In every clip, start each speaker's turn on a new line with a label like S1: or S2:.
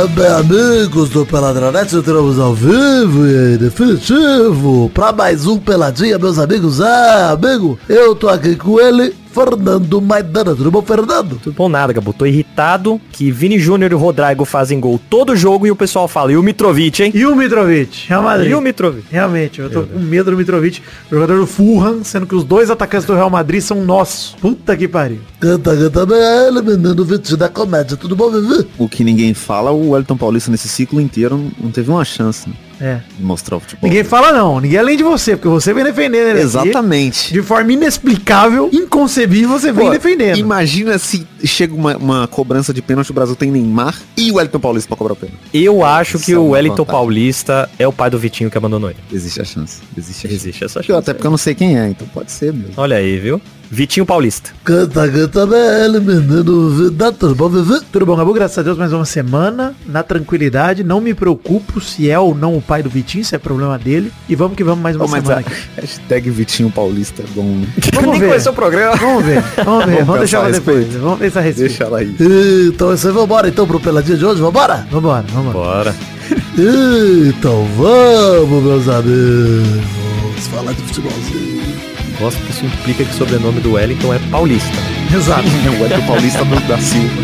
S1: É, bem, amigos do Peladronete, entramos ao vivo e definitivo para mais um Peladinha, meus amigos. Ah, amigo, eu tô aqui com ele, Fernando Maidana. Tudo bom, Fernando?
S2: Tudo bom nada, Gabu. Tô irritado que Vini Júnior e o Rodrigo fazem gol todo jogo e o pessoal fala, e o Mitrovic, hein?
S3: E o Mitrovic, Real Madrid.
S2: E o Mitrovic.
S3: Realmente, eu tô com medo do Mitrovic, jogador do Fulham, sendo que os dois atacantes do Real Madrid são nossos. Puta que pariu.
S1: Canta, canta bem é ele, menino Vitinho da comédia. Tudo bom, Vivi?
S4: o que ninguém fala, o Elton Paulista nesse ciclo inteiro não- não teve uma chance né,
S3: É.
S4: de mostrar o futebol.
S3: Ninguém fala né? não, ninguém é além de você, porque você vem defendendo ele aqui.
S4: Exatamente.
S3: De forma inexplicável, inconcebível, você vem
S4: Pô,
S3: defendendo.
S4: Imagina se chega uma, uma cobrança de pênalti, o Brasil tem Neymar e o Elton Paulista pra cobrar o pênalti.
S2: Eu acho que
S4: Isso é
S2: o
S4: uma
S2: Wellington
S4: vantagem.
S2: Paulista é o pai do Vitinho que abandonou ele.
S4: Existe a chance. Existe a chance.
S2: Existe essa
S4: Eu-
S2: chance.
S4: até porque eu não sei quem é, então pode ser mesmo.
S2: Olha aí, viu? Vitinho Paulista.
S1: Canta, canta bem é ele, menino Vida. Tudo bom, Vivi?
S3: Tudo bom, Gabu? Graças a Deus, mais uma semana, na tranquilidade. Não me preocupo se é ou não o pai do Vitinho, se é problema dele. E vamos que vamos mais uma
S4: Pô, mas
S3: semana
S4: a
S3: aqui.
S4: hashtag Vitinho Paulista é bom. né?
S3: Vamos ver.
S2: conheceu o programa.
S3: Vamos ver, vamos ver, vamos
S4: Vamos
S3: deixar pra
S4: pensar a
S3: depois.
S4: respeito.
S3: Vamos pensar a respeito.
S4: Deixa ela aí.
S1: Então, é isso aí, vambora então pro Peladinha de hoje, vambora?
S3: Vambora, vambora.
S2: Bora.
S1: Então vamos, meus amigos, falar de futebolzinho.
S2: Nossa, isso implica que o sobrenome do Wellington é Paulista.
S3: Exato.
S4: o Elton Paulista do, da Silva.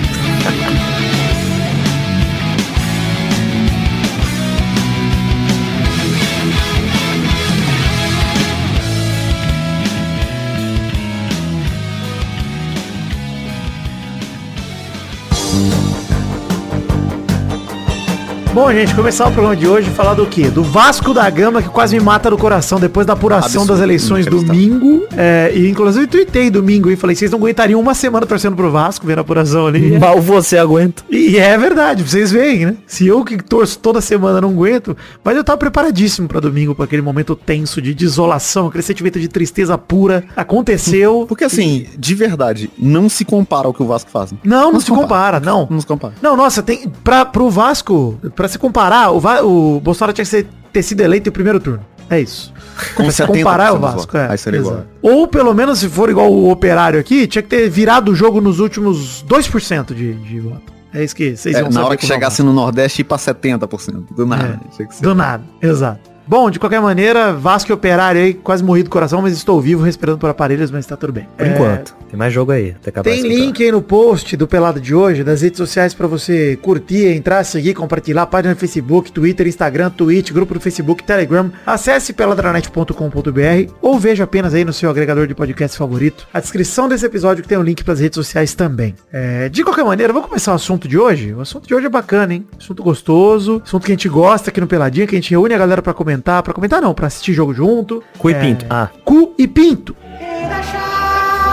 S3: Bom, gente, começar o programa de hoje falar do quê? Do Vasco da Gama, que quase me mata do coração depois da apuração
S4: Absurdo,
S3: das eleições
S4: inacreditável.
S3: domingo. É, e inclusive eu tuitei domingo e falei, vocês não aguentariam uma semana torcendo pro Vasco, vendo a apuração
S4: Hum.
S3: ali.
S2: Mal você aguenta.
S3: E é verdade, vocês veem, né? Se eu que torço toda semana não aguento, mas eu tava preparadíssimo pra domingo, pra aquele momento tenso de desolação, aquele sentimento de tristeza pura. Aconteceu.
S4: Porque assim, de verdade, não se compara ao que o Vasco faz. né?
S3: Não, não, se compara, não.
S4: Não se compara.
S3: Não, nossa, tem. Pra, pro Vasco, pra se comparar, o, Va- o Bolsonaro tinha que ser- ter sido eleito em primeiro turno. É isso.
S4: Com
S3: Pra se
S4: 70%
S3: comparar o
S4: dos
S3: Vasco,
S4: votos.
S3: é.
S4: Aí seria igual.
S3: exato. Ou pelo menos se for igual o operário aqui, tinha que ter virado o jogo nos últimos 2% de, de voto. É isso que vocês
S4: É,
S3: vão
S4: na
S3: saber
S4: hora que
S3: como é o
S4: chegasse no Nordeste, ir pra 70%. Do nada.
S3: É.
S4: Tinha que ser.
S3: Do nada, exato. Bom, de qualquer maneira, Vasco e Operário aí, quase morri do coração, mas estou vivo, respirando por aparelhos, mas tá tudo bem.
S2: Por
S3: É,
S2: enquanto. Tem mais jogo aí. até acabar
S3: Tem
S2: esse programa.
S3: link aí no post do Pelado de hoje, das redes sociais pra você curtir, entrar, seguir, compartilhar, página no Facebook, Twitter, Instagram, Twitch, grupo do Facebook, Telegram. Acesse peladranet.com.br ou veja apenas aí no seu agregador de podcast favorito. A descrição desse episódio que tem o link pras redes sociais também. É, de qualquer maneira, vamos começar o assunto de hoje? O assunto de hoje é bacana, hein? Assunto gostoso, assunto que a gente gosta aqui no Peladinha, que a gente reúne a galera pra comentar, pra comentar não, pra assistir jogo junto.
S2: Cu e
S3: É,
S2: Pinto. Ah,
S3: Cu e Pinto.
S5: Pega Chapas,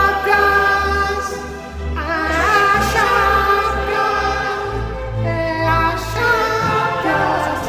S5: a Chapas, é a Chapas, fica a Chapas.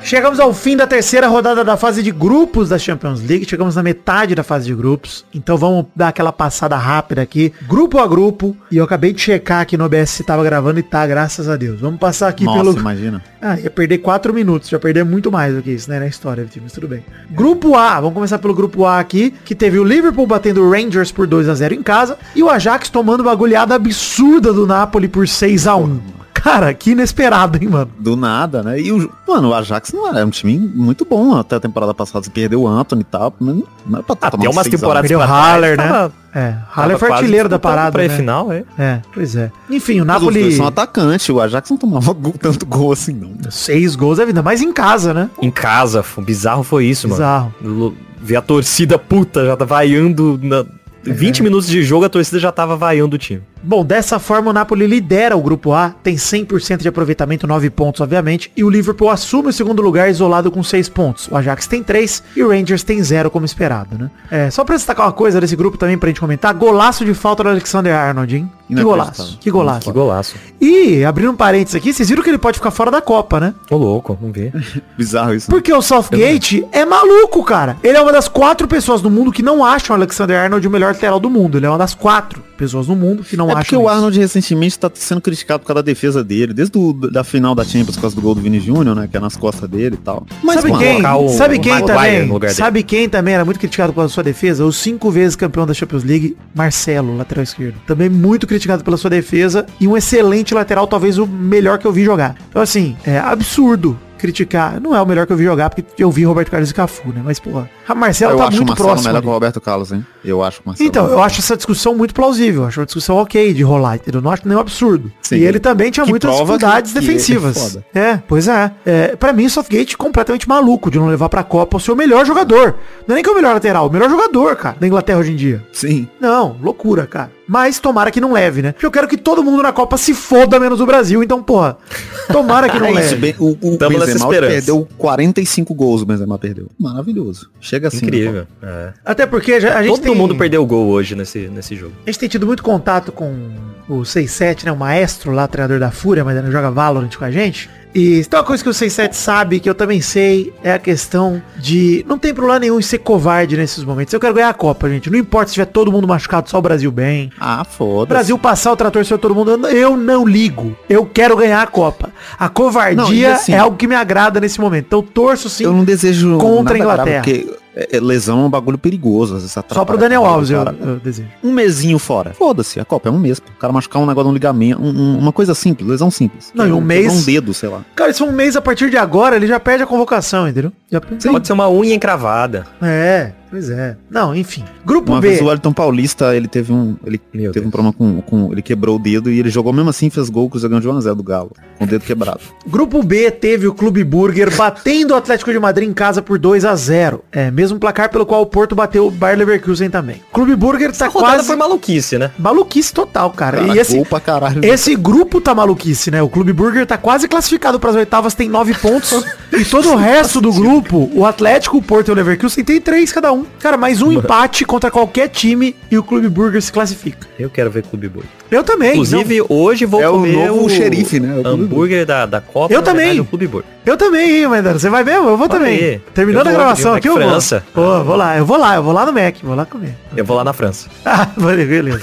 S3: Chegamos ao fim da terceira rodada da fase de grupos da Champions League. Chegamos na metade da fase de grupos. Então vamos dar aquela passada rápida aqui, grupo a grupo. E eu acabei de checar aqui no OBS se tava gravando e tá, graças a Deus. Vamos passar aqui
S4: Nossa,
S3: pelo.
S4: imagina.
S3: Ah, ia perder 4 minutos, já perder muito mais do que isso, né, na história do time, mas tudo bem. Grupo A, vamos começar pelo grupo A aqui, que teve o Liverpool batendo o Rangers por 2 a 0 em casa e o Ajax tomando uma goleada absurda do Napoli por 6 a 1. Cara, que inesperado, hein, mano.
S4: Do nada, né? E o. Mano, o Ajax não era. É um time muito bom até a temporada passada. Você perdeu o Anthony e tal. Mas não- não era pra estar
S2: até umas temporadas
S3: Perdeu o
S2: pra trás,
S3: Haller, né?
S2: tava-
S3: É,
S2: tava
S3: Haller foi
S2: quase
S3: artilheiro da
S2: disputando
S3: parada,
S2: pra
S3: né?
S2: final, é.
S3: É, pois é. Enfim, o
S4: Napoli...
S3: Napoli...
S4: são atacante. O Ajax não tomava gol- tanto gol assim, não.
S3: Seis gols, é vida, mas em casa, né?
S2: Em casa, f- bizarro foi isso, mano.
S3: Bizarro.
S2: Lu- Ver a torcida puta já tá vaiando.
S4: É
S2: Na... 20 minutos de jogo, a torcida já tava vaiando o time.
S3: Bom, dessa forma o Napoli lidera o grupo A, tem 100% de aproveitamento, 9 pontos, obviamente, e o Liverpool assume o segundo lugar isolado com 6 pontos. O Ajax tem 3 e o Rangers tem 0 como esperado, né? É, só pra destacar uma coisa desse grupo também pra gente comentar, golaço de falta do Alexander Arnold, hein? Que golaço,
S4: Inacreditável.
S3: que
S2: Que
S3: golaço.
S2: golaço.
S3: E, abrindo um parênteses aqui, vocês viram que ele pode ficar fora da Copa, né?
S2: Ô louco, vamos ver.
S4: Bizarro isso. né?
S3: Porque o Southgate é maluco, cara. Ele é uma das quatro pessoas no mundo que não acham o Alexander Arnold o melhor lateral do mundo. Ele é uma das quatro. pessoas no mundo que não
S4: é
S3: acham
S4: porque o
S3: isso.
S4: Arnold recentemente tá sendo criticado por causa da defesa dele, desde o, da final da Champions por causa do gol do Vini Júnior, né? Que é nas costas dele e tal. Mas,
S3: sabe
S4: mano,
S3: quem?
S2: colocar o-
S3: sabe
S2: o
S3: quem
S2: Maguire no
S3: também?
S2: lugar dele.
S3: Sabe quem também era muito criticado pela sua defesa? O cinco vezes campeão da Champions League, Marcelo, lateral esquerdo. Também muito criticado pela sua defesa e um excelente lateral, talvez o melhor que eu vi jogar. Então assim, é absurdo criticar. Não é o melhor que eu vi jogar, porque eu vi Roberto Carlos e Cafu, né? Mas, porra, a Marcelo
S4: eu
S3: tá
S4: acho o
S3: muito
S4: Marcelo
S3: próximo.
S4: melhor
S3: ali.
S4: que o Roberto Carlos, hein? Eu acho o Marcelo.
S3: Então, eu acho essa discussão muito plausível. Acho uma discussão ok de rolar, entendeu? Não acho nenhum absurdo.
S4: Sim.
S3: E ele também tinha
S4: Que
S3: muitas
S4: prova que-
S3: dificuldades
S4: que ele é
S3: defensivas.
S4: foda.
S3: É, pois é. é. Pra mim, o Southgate completamente maluco de não levar pra Copa o seu melhor jogador. Não é nem que é o melhor lateral, o melhor jogador, cara, da Inglaterra hoje em dia.
S4: Sim.
S3: Não, loucura, cara. Mas tomara que não leve, né? Porque eu quero que todo mundo na Copa se foda menos o Brasil. Então, porra, tomara que não
S4: É isso,
S3: leve.
S4: Ben- o, o
S2: Tamo nessa
S4: Benzema
S2: esperança.
S4: perdeu 45 gols, o Benzema perdeu. Maravilhoso. Chega assim. né?
S2: Incrível. É.
S3: Até porque já- a gente
S2: Todo mundo perdeu o gol hoje nesse, nesse jogo.
S3: A gente tem tido muito contato com o 67, né? O maestro lá, treinador da Fúria, mas ele joga Valorant com a gente. E tem uma coisa que o 67 sabe, que eu também sei, é a questão de não tem problema nenhum em ser covarde nesses momentos. Eu quero ganhar a Copa, gente. Não importa se tiver todo mundo machucado, só o Brasil bem.
S4: Ah,
S3: O
S4: foda-se.
S3: Brasil passar o trator sobre todo mundo, eu não ligo. Eu quero ganhar a Copa. A
S4: Não, e
S3: covardia
S4: assim-
S3: é algo que me agrada nesse momento. Então torço sim.
S4: Eu não desejo
S3: Contra a
S4: nada
S3: Inglaterra.
S4: grave, porque é, é, lesão é um bagulho perigoso. às vezes
S3: Só
S4: atrapalha
S3: pro Daniel
S4: cara,
S3: Alves eu,
S4: cara.
S3: eu desejo.
S4: Um mesinho fora. Foda-se, a Copa é um mês. pô. O cara machucar um negócio, um ligamento, um- um- uma coisa simples, lesão simples.
S3: Não, e um
S4: Quebrar
S3: mês-
S4: Um dedo, sei lá.
S3: Cara, se for um mês a partir de agora, ele já perde a convocação, entendeu? Já perde.
S2: Pode ser uma unha encravada.
S3: É, pois é. Não, enfim. Grupo
S4: Uma
S3: B.
S4: vez o Wellington Paulista, ele teve um. Ele
S2: Meu
S4: teve
S2: Deus.
S4: um problema com, com. Ele quebrou o dedo e ele jogou mesmo assim, fez gol, cruzou ganhou de 1x0 do Galo. Com o dedo quebrado.
S3: Grupo B teve o Clube Burger batendo o Atlético de Madrid em casa por 2 a 0 É, mesmo placar pelo qual o Porto bateu o Bayer Leverkusen também. Clube Burger tá
S2: A rodada
S3: quase
S2: foi maluquice, né?
S3: maluquice total, cara.
S4: Cara,
S3: e esse,
S4: gol pra caralho.
S3: esse grupo tá maluquice, né? O Clube Burger tá quase classificado pras oitavas, tem 9 pontos. e todo o resto do grupo, o Atlético, o Porto e o Leverkusen, tem 3 cada um. Cara, mais um empate contra qualquer time e o Clube Burger se classifica.
S2: Eu quero ver Clube Boi.
S3: Eu também. não-
S2: Inclusive, hoje vou
S4: É o
S2: comer
S4: novo xerife, né? É o Clube
S2: hambúrguer da, da Copa.
S3: Eu
S2: na verdade,
S3: também.
S2: é o Clube Boi.
S3: Eu também, hein, Maidana. Você vai mesmo? Eu vou
S2: Olha
S3: também.
S2: aí.
S3: Terminando
S2: Eu
S3: a
S2: vou
S3: gravação
S2: pedir
S3: aqui,
S2: um
S3: eu
S2: Mac
S3: vou.
S2: França.
S3: Pô, vou lá, eu vou lá, eu vou lá no Mac, vou lá comer.
S2: Eu vou lá na França.
S3: Ah, beleza.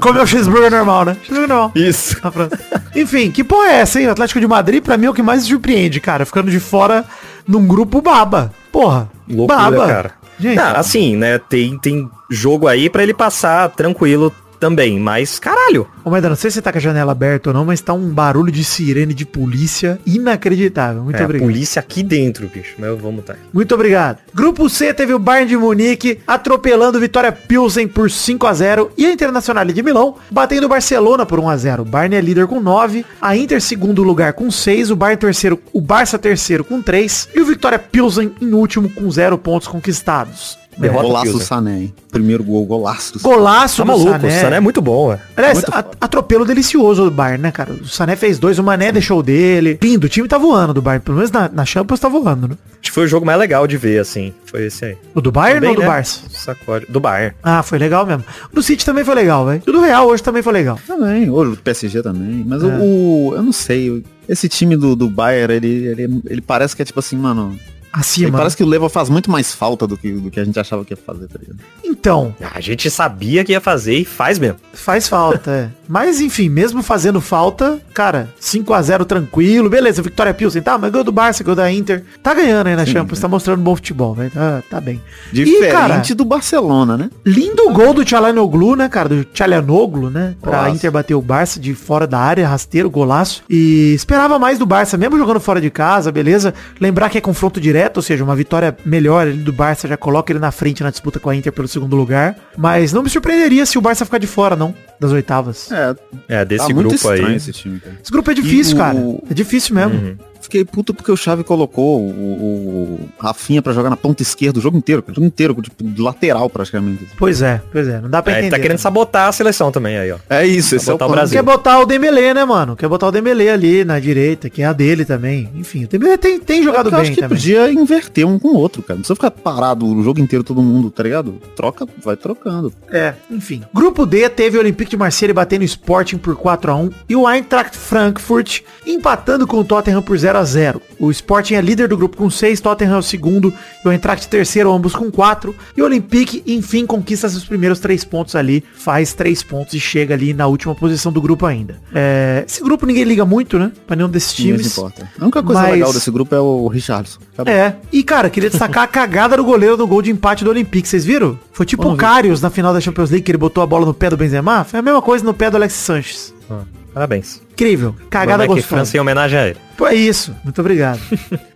S3: Comer o cheeseburger normal, né? Cheeseburger normal.
S2: Isso.
S3: Na França. Enfim, que porra é essa, hein? O Atlético de Madrid, pra mim, é o que mais surpreende, cara. Ficando de fora num grupo baba. Porra.
S2: Loucura, cara.
S3: Gente,
S2: Não, assim, né? Tem, tem jogo aí pra ele passar tranquilo também. Mas, caralho.
S3: ô Maidana, não sei se você tá com a janela aberta ou não, mas tá um barulho de sirene de polícia inacreditável. Muito
S2: é, a
S3: obrigado.
S2: polícia aqui dentro, bicho. tá. Mas eu vou mutar.
S3: Muito obrigado. Grupo C teve o Bayern de Munique atropelando o Vitória Pilsen por 5 a 0 e a Internacional de Milão batendo o Barcelona por 1 a 0. O Bayern é líder com 9, a Inter segundo lugar com 6, o Bayern terceiro, o Barça terceiro com 3 e o Vitória Pilsen em último com 0 pontos conquistados.
S2: Derrota
S4: É, golaço do
S2: Pilsen.
S4: Sané, hein? Primeiro gol, golaço do Sané.
S3: Golaço
S2: Tá
S3: do
S2: maluco,
S3: Sané.
S2: o Sané é muito bom, ué.
S3: Aliás,
S4: muito
S3: a-
S4: foda.
S3: atropelo delicioso do Bayern, né, cara? O Sané fez dois, o Mané deixou o dele. Lindo, o time tá voando do Bayern. Pelo menos na, na Champions tá voando, né?
S2: Acho que foi o jogo mais legal de ver, assim. Foi esse aí.
S3: O do Bayern
S2: Também,
S3: ou do
S2: né?
S3: Barça?
S2: Sacode. Do Bayern.
S3: Ah, foi legal mesmo. O do City também foi legal, velho. E O do Real hoje também foi legal.
S4: Também, hoje o PSG também. Mas o, o- Eu não sei. o- Esse time do, do Bayern, ele, ele, ele parece que é tipo assim, mano. ele
S3: Acima.
S4: parece que o Leva faz muito mais falta do que, do que a gente achava que ia fazer, tá ligado?
S3: Então,
S2: A gente sabia que ia fazer e faz mesmo.
S3: faz falta, é. Mas, enfim, mesmo fazendo falta, cara, 5x0 tranquilo. Beleza, Vitória Pilsen, tá? Mas ganhou do Barça, ganhou da Inter. Tá ganhando aí na Champions, tá mostrando bom futebol, velho. Tá, tá bem.
S4: Diferente
S3: e, cara,
S4: do Barcelona, né?
S3: lindo gol do Tchalanoglu, né, cara? Do Tchalanoglu, né? Pra
S4: Golaço.
S3: Inter bater o Barça de fora da área, rasteiro, golaço. E esperava mais do Barça, mesmo jogando fora de casa, beleza? Lembrar que é confronto direto, ou seja, uma vitória melhor ali do Barça já coloca ele na frente na disputa com a Inter pelo segundo lugar. Mas não me surpreenderia se o Barça ficar de fora, não, das oitavas.
S4: É,
S2: É, desse
S4: tá muito
S2: grupo
S4: estranho
S2: aí.
S4: esse time, cara.
S3: Esse grupo é difícil,
S4: E o- Uhum.
S3: cara. É difícil mesmo.
S4: Fiquei puto porque o Xavi colocou o, o Rafinha pra jogar na ponta esquerda o jogo inteiro, cara. O jogo inteiro, tipo, de lateral praticamente.
S3: Pois é, pois é. Não dá pra
S2: É, ele
S3: entender.
S2: tá querendo
S3: também.
S2: sabotar a seleção também aí, ó.
S4: É isso, esse é o
S2: botar o
S4: plano.
S2: Brasil.
S3: Quer botar o Dembele, né, mano? Quer botar o Dembele ali na direita, que é a dele também. Enfim, o Dembele tem, tem jogado
S4: Eu
S3: bem
S4: acho É que
S3: também.
S4: podia inverter um com o outro, cara. Não precisa ficar parado o jogo inteiro, todo mundo, tá ligado? Troca, vai trocando.
S3: É, enfim. Grupo D teve o Olympique de um Marseille batendo o Sporting por 4 a 1 e o Eintracht Frankfurt empatando com o Tottenham por 0 0 a 0 O Sporting é líder do grupo com 6, Tottenham é o segundo, e o Eintracht terceiro, ambos com 4. E o Olympique, enfim, conquista seus primeiros 3 pontos ali, faz 3 pontos e chega ali na última posição do grupo ainda. É, esse grupo ninguém liga muito, né? Pra nenhum desses
S4: Ninguém se
S3: times.
S4: importa. A única coisa
S3: Mas-
S4: legal desse grupo é o Richardson. Acabou.
S3: É, e cara, queria destacar a cagada do goleiro no gol de empate do Olympique, vocês viram? Foi tipo o Karius na final da Champions League, que ele botou a bola no pé do Benzema, foi a mesma coisa no pé do Alexis Sanches.
S2: Ah, Parabéns.
S3: Incrível, cagada
S2: Cagada
S3: gostosa.
S2: é França em homenagem a ele.
S3: Pô, é isso. Muito obrigado.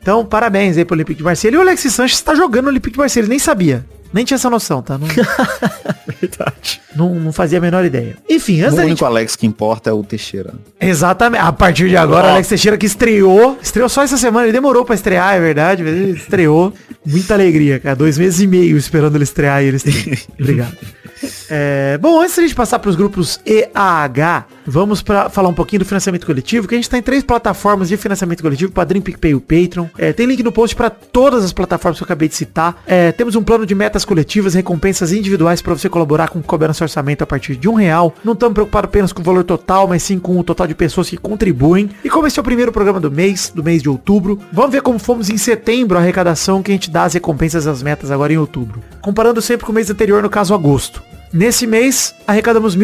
S3: então, parabéns aí pro Olympique de Marseille. E o Alexis Sanches tá jogando no Olympique de Marseille, ele nem sabia. Nem tinha essa noção, tá? Não,
S2: Verdade.
S3: não, não fazia a menor ideia. Enfim, antes
S4: O
S3: da
S4: único
S2: tipo-
S3: gente...
S4: Alex que importa é o Teixeira.
S3: Exatamente. A partir de agora, o Alex Teixeira que estreou. Estreou só essa semana. Ele demorou pra estrear, é verdade. Mas ele estreou. Muita alegria, cara. Dois meses e meio esperando ele estrear e ele estreou. Obrigado. É, bom, antes da gente passar pros grupos E, A, H, vamos pra falar um pouquinho do financiamento coletivo, que a gente tá em três plataformas de financiamento coletivo, Padrim, PicPay e o Patreon. É, tem link no post pra todas as plataformas que eu acabei de citar. É, temos um plano de metas coletivas, recompensas individuais pra você colaborar com o cobrança orçamento a partir de um real. Não estamos preocupados apenas com o valor total, mas sim com o total de pessoas que contribuem. E como esse é o primeiro programa do mês, do mês de outubro, vamos ver como fomos em setembro a arrecadação que a gente dá as recompensas às metas agora em outubro. Comparando sempre com o mês anterior, no caso agosto. Nesse mês, arrecadamos R$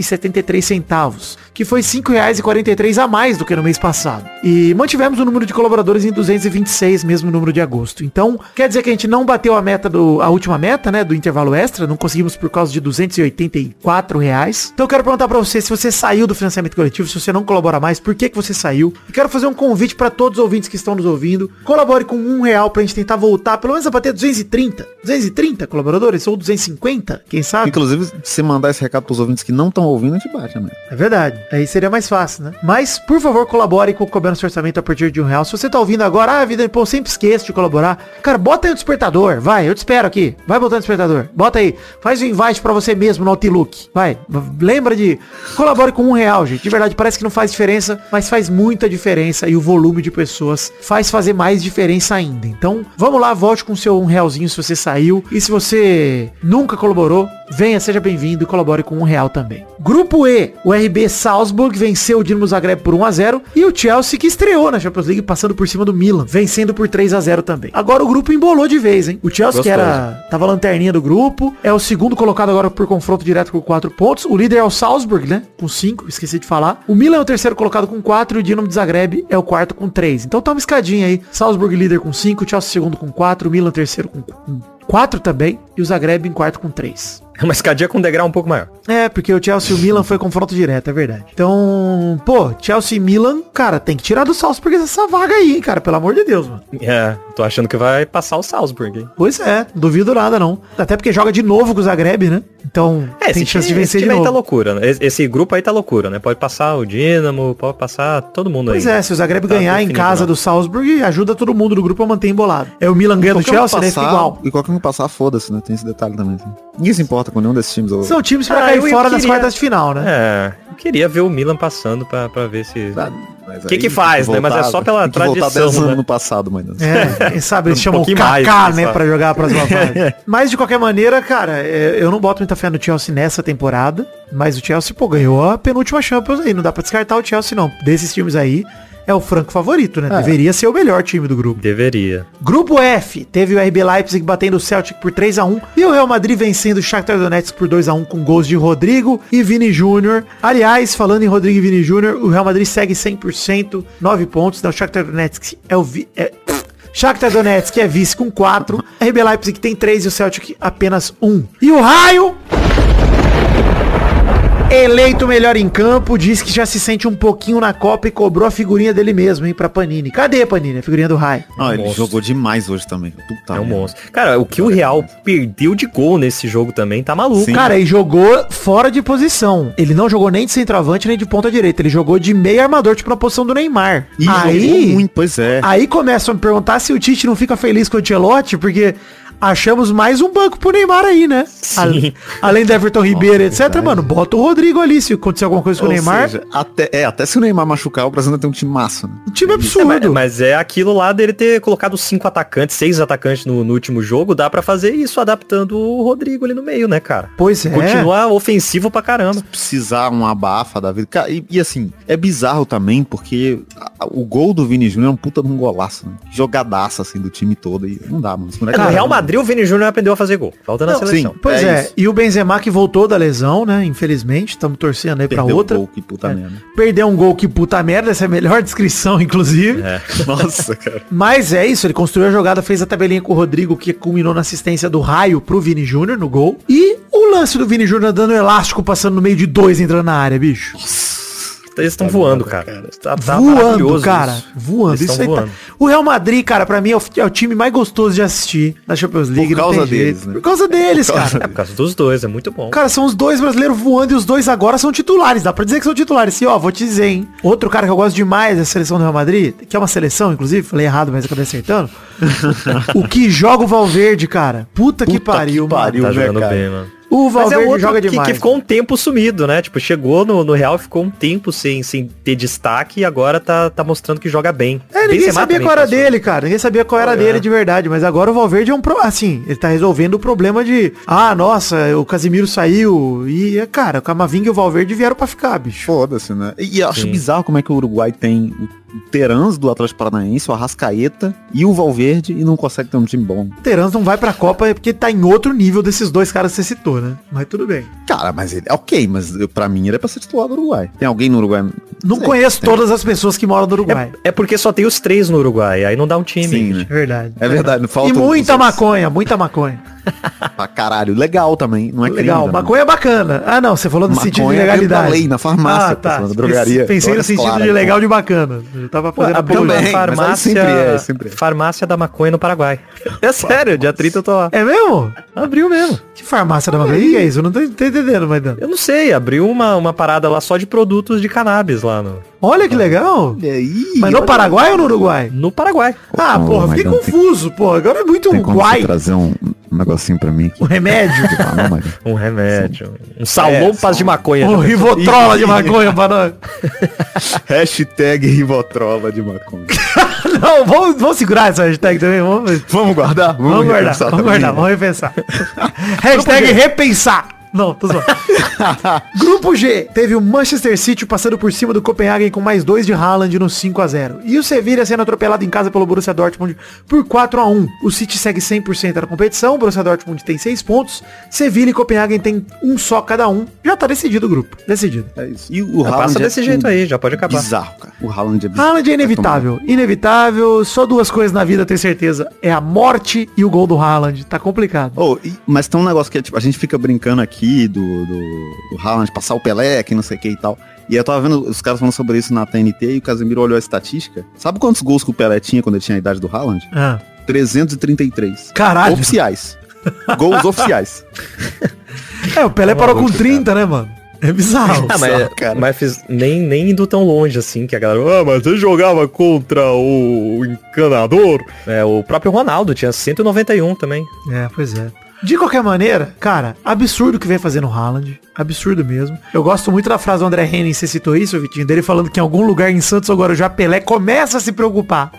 S3: 1.716,73, que foi R$ 5,43 a mais do que no mês passado. E mantivemos o número de colaboradores em 226, mesmo número de agosto. Então, quer dizer que a gente não bateu a meta do a última meta, né, do intervalo extra, não conseguimos por causa de R$ 284. Reais. Então, eu quero perguntar para você se você saiu do financiamento coletivo, se você não colabora mais, por que que você saiu? E quero fazer um convite para todos os ouvintes que estão nos ouvindo. Colabore com um real pra gente tentar voltar, pelo menos a bater 230. 230 colaboradores? Ou 250? Quem
S2: Ah.
S3: sabe?
S4: Inclusive, se mandar esse recado pros ouvintes que não estão ouvindo, a gente bate, né?
S3: É verdade. Aí seria mais fácil, né? Mas, por favor, colabore com o Cobrança Orçamento a partir de um real. Se você tá ouvindo agora, ah, vida, pô, eu sempre esqueço de colaborar. Cara, bota aí o despertador, vai, eu te espero aqui. Vai botando o despertador, bota aí. Faz o invite pra você mesmo no Outlook. Vai, lembra de... Colabore com um real, gente. De verdade, parece que não faz diferença, mas faz muita diferença e o volume de pessoas faz fazer mais diferença ainda. Então, vamos lá, volte com o seu um realzinho se você saiu. E se você nunca colaborou, venha, seja bem-vindo e colabore com um real também. Grupo E, o RB Salzburg venceu o Dinamo Zagreb por 1x0 e o Chelsea que estreou na Champions League passando por cima do Milan, vencendo por 3x0 também. Agora o grupo embolou de vez, hein? O Chelsea que era, tava lanterninha do grupo, é o segundo colocado agora por confronto direto com 4 pontos, o líder é o Salzburg, né? Com 5, esqueci de falar. O Milan é o terceiro colocado com 4 e o Dinamo de Zagreb é o quarto com 3. Então tá uma escadinha aí. Salzburg líder com 5, Chelsea segundo com 4, Milan terceiro com 4 também e o Zagreb em quarto com 3.
S2: É uma escadinha com um degrau um pouco maior.
S3: É, porque o Chelsea e o Milan foi confronto direto, é verdade. Então, pô, Chelsea e Milan, cara, tem que tirar do Salzburg essa vaga aí, hein, cara, pelo amor de Deus, mano.
S2: É, tô achando que vai passar o Salzburg, hein?
S3: Pois é, não duvido nada não. Até porque joga de novo com o Zagreb, né? Então,
S2: É,
S3: tem
S2: esse,
S3: chance
S2: time,
S3: de
S2: esse
S3: vencer de
S2: time aí tá
S3: novo.
S2: loucura, né? Esse- Esse grupo aí tá loucura, né? Pode passar o Dinamo, pode passar todo mundo
S3: Pois
S2: aí.
S3: é, se o Zagreb
S2: Tá
S3: ganhar em
S2: definido,
S3: casa
S2: não.
S3: do Salzburg, ajuda todo mundo do grupo a manter embolado. É o Milan ganha do
S4: Qualquer um
S3: Chelsea, né? Fica
S4: passar-
S3: igual.
S4: E qualquer um passar, foda-se, né? Tem esse detalhe também. assim. Ninguém se importa com nenhum desses times. ou-
S3: São times pra
S2: Ah,
S3: cair
S2: eu
S3: fora das
S2: queria-
S3: quartas de final, né?
S2: É, eu queria ver o Milan passando pra, pra ver se...
S3: Tá.
S4: Ah, mas
S2: O que
S4: aí
S2: que faz,
S4: tem
S2: né? Mas é só pela
S4: tem que voltar
S2: tradição,
S4: 10
S2: né?
S4: anos no passado, mano.
S3: É, quem sabe eles
S2: Um
S3: chamam o
S2: pouquinho
S3: Kaká,
S2: mais,
S3: né,
S2: sabe?
S3: pra jogar a próxima fase. Mas de qualquer maneira, cara, é, eu não boto muita fé no Chelsea nessa temporada, mas o Chelsea, pô, ganhou a penúltima Champions aí, não dá pra descartar o Chelsea não. Desses times aí, é o franco favorito, né? Deveria ser o melhor time do grupo.
S2: Deveria.
S3: Grupo F, teve o RB Leipzig batendo o Celtic por 3x1 e o Real Madrid vencendo o Shakhtar Donetsk por 2x1 com gols de Rodrigo e Vini Júnior. Aliás, falando em Rodrigo e Vini Júnior, o Real Madrid segue 100%, 9 pontos, né? O Shakhtar Donetsk é o... Vi é... Shakhtar Donetsk é vice com 4, RB Leipzig tem 3 e o Celtic apenas 1. E o Raio Eleito melhor em campo, diz que já se sente um pouquinho na Copa e cobrou a figurinha dele mesmo, hein, pra Panini. Cadê, Panini? A figurinha do Raio.
S4: Não, Ah, ele
S2: Monstro.
S4: jogou demais hoje também. Puta
S2: é um
S4: merda.
S2: monstro. Cara, o que o Real perdeu de gol nesse jogo também tá maluco.
S4: Sim.
S3: Cara, e jogou fora de posição. Ele não jogou nem de centroavante nem de ponta direita. Ele jogou de meio armador, tipo na posição do Neymar.
S4: E jogou
S3: aí,
S4: muito, pois é.
S3: aí começam a me perguntar se o Tite não fica feliz com o Ancelotti, porque achamos mais um banco pro Neymar aí, né?
S2: Sim.
S3: A- além do Everton Ribeiro, etc.
S4: verdade.
S3: Mano, bota o Rodrigo ali se acontecer alguma coisa com
S4: Ou
S3: o Neymar.
S4: seja, até, é, até se o Neymar machucar, o Brasil ainda tem um time massa, né?
S3: um time
S2: É,
S3: absurdo.
S2: mas, mas é aquilo lá dele ter colocado cinco atacantes, seis atacantes no, no último jogo, dá pra fazer isso adaptando o Rodrigo ali no meio, né, cara?
S3: Pois é.
S2: Continua ofensivo pra caramba.
S4: precisar um abafa da vida. Cara, E, e assim, é bizarro também, porque a- O gol do Vini Júnior é um puta de um golaço, né? Jogadaça, assim, do time todo. E não dá, mano. Os
S2: É,
S4: moleques-
S2: no Real Madrid o Vini Júnior aprendeu a fazer gol. Falta na
S4: Não,
S2: seleção.
S4: sim.
S3: Pois
S4: É
S3: é,
S4: isso.
S3: e o Benzema que voltou da lesão, né? Infelizmente, estamos torcendo aí pra
S4: Perdeu o
S3: outra.
S4: gol, que puta
S3: É.
S4: merda.
S3: Perdeu um gol que puta merda, essa é a melhor descrição,
S4: É.
S3: inclusive.
S2: É.
S4: Nossa, cara.
S3: Mas é isso, ele construiu a jogada, fez a tabelinha com o Rodrigo, que culminou na assistência do raio pro Vini Júnior no gol. E o lance do Vini Júnior dando elástico, passando no meio de dois, entrando na área, bicho.
S2: Eles estão voando, cara. Tá, tá
S3: voando,
S2: maravilhoso
S3: cara.
S2: isso.
S3: Voando.
S2: Eles
S3: Isso aí
S2: tão
S3: tá...
S2: voando.
S3: O Real Madrid, cara, pra mim é o, é o time mais gostoso de assistir na Champions League. não
S4: causa
S3: tem jeito.
S4: deles, né?
S3: Por causa deles,
S4: causa
S3: cara.
S2: É por causa dos dois, é muito bom.
S3: Cara, são os dois brasileiros voando e os dois agora são titulares. Dá pra dizer que são titulares. E ó, vou te dizer, hein. Outro cara que eu gosto demais da seleção do Real Madrid, que é uma seleção, inclusive, falei errado, mas acabei acertando. o que joga o Valverde, cara. Puta, que pariu, mano.
S4: pariu.
S2: tá
S4: né,
S2: jogando
S4: cara?
S2: bem, mano.
S3: O
S2: Mas é
S3: Valverde
S2: outro
S3: joga
S2: que,
S3: demais.
S2: que ficou um tempo sumido, né? Tipo, chegou no, no Real, ficou um tempo sem, sem ter destaque e agora tá, tá mostrando que joga bem. né,
S3: É, ninguém
S2: Benzema
S3: sabia
S2: também
S3: qual era
S2: passou.
S3: dele, cara. Ninguém sabia qual era
S2: É.
S3: dele de verdade. Mas agora o Valverde é um. Pro... Assim, ele tá resolvendo o problema de. Ah, nossa, o Casimiro saiu. E, cara, o Camavinga e o Valverde vieram pra ficar, bicho.
S4: Foda-se, né? E eu acho
S2: Sim.
S4: bizarro como é que o Uruguai tem o Terans do Atlético Paranaense, o Arrascaeta e o Valverde e não consegue ter um time bom.
S3: O Terans não vai pra Copa é porque tá em outro nível desses dois caras que você citou, né? Mas tudo bem.
S4: Cara, mas ele. é Ok, mas eu- pra mim ele é pra ser titular do Uruguai. Tem alguém no Uruguai?
S3: Não
S4: Sei,
S3: conheço todas as pessoas que moram no Uruguai.
S2: É porque só tem os três no Uruguai, aí não dá um time.
S4: Sim, né?
S3: É verdade.
S4: É verdade, falta
S3: E muita maconha, muita maconha.
S4: Pra caralho. Legal também, não é crime
S3: Legal,
S4: também.
S3: maconha é bacana. Ah, não, você falou no sentido de
S4: Maconha é
S3: legalidade.
S4: da lei, na farmácia,
S3: ah, tá.
S4: pessoal, na drogaria.
S3: Pensei no
S4: Drogas
S3: sentido
S4: claras,
S3: de legal de bacana. Eu tava fazendo
S2: Abriu
S3: apologia.
S4: também, mas aí
S2: farmácia,
S4: sempre é, sempre é.
S2: farmácia da maconha no Paraguai. É sério, dia 30 eu tô lá.
S3: É mesmo?
S2: Abriu mesmo.
S3: Que farmácia da maconha? O que é isso? Eu não tô, tô entendendo, Maidana.
S2: Eu não sei, abriu uma, uma parada lá só de produtos de cannabis lá no,
S3: Olha que legal.
S4: Olha aí,
S3: Mas no
S4: olha-
S3: Paraguai ou no Uruguai?
S2: no Paraguai.
S3: Ah,
S4: Ô,
S3: porra, fiquei
S4: Maidana, tem-
S3: confuso, porra. Agora é muito
S4: Tem como você
S3: Uruguai.
S4: trazer um, um negocinho pra mim aqui?
S3: O remédio.
S4: Ah, não, É, Maidana.
S2: Um remédio. Um salompas
S4: sal-
S2: de maconha.
S3: O rivotrola de maconha pra nós.
S4: Hashtag Rivotrola de maconha.
S3: Não, vamos, vamos segurar essa hashtag também. Vamos,
S4: Vamos guardar?
S3: vamos guardar,
S4: repensar
S3: vamos
S4: também,
S3: guardar,
S4: né?
S3: vamos repensar. hashtag repensar. Não, tô zoando. Grupo G teve o Manchester City passando por cima do Copenhagen com mais dois de Haaland no 5x0. E o Sevilla sendo atropelado em casa pelo Borussia Dortmund por 4x1. O City segue 100% na competição, o Borussia Dortmund tem 6 pontos, Sevilla e Copenhagen tem um só cada um. Já tá decidido o grupo, decidido.
S4: É isso. E o
S2: Passa desse jeito aí, já pode acabar.
S4: Bizarro, cara. O Haaland é bizarro.
S3: Haaland é inevitável, inevitável, só duas coisas na vida eu tenho certeza, é a morte e o gol do Haaland, tá complicado.
S4: Oh, e- mas tem um negócio que é, tipo, a gente fica brincando aqui do, do, do Haaland passar o Pelé, que não sei o que e tal. E eu tava vendo os caras falando sobre isso na TNT e o Casemiro olhou a estatística. Sabe quantos gols que o Pelé tinha quando ele tinha a idade do Haaland?
S3: Ah,
S4: 333.
S3: Caralho.
S4: Oficiais. Gols oficiais.
S3: É, o Pelé parou com
S4: maluco,
S3: 30, né, mano? É bizarro.
S2: Ah, mas,
S4: Bizarro, cara.
S2: mas fiz- nem, nem indo tão longe assim, que a galera, ah, mas você jogava contra o, o encanador. É, o próprio Ronaldo tinha 191 também.
S3: É, pois é. De qualquer maneira, cara, absurdo o que vem fazendo o Haaland. Absurdo mesmo. Eu gosto muito da frase do André Henning, você citou isso, Vitinho, dele falando que em algum lugar em Santos agora já Pelé começa a se preocupar.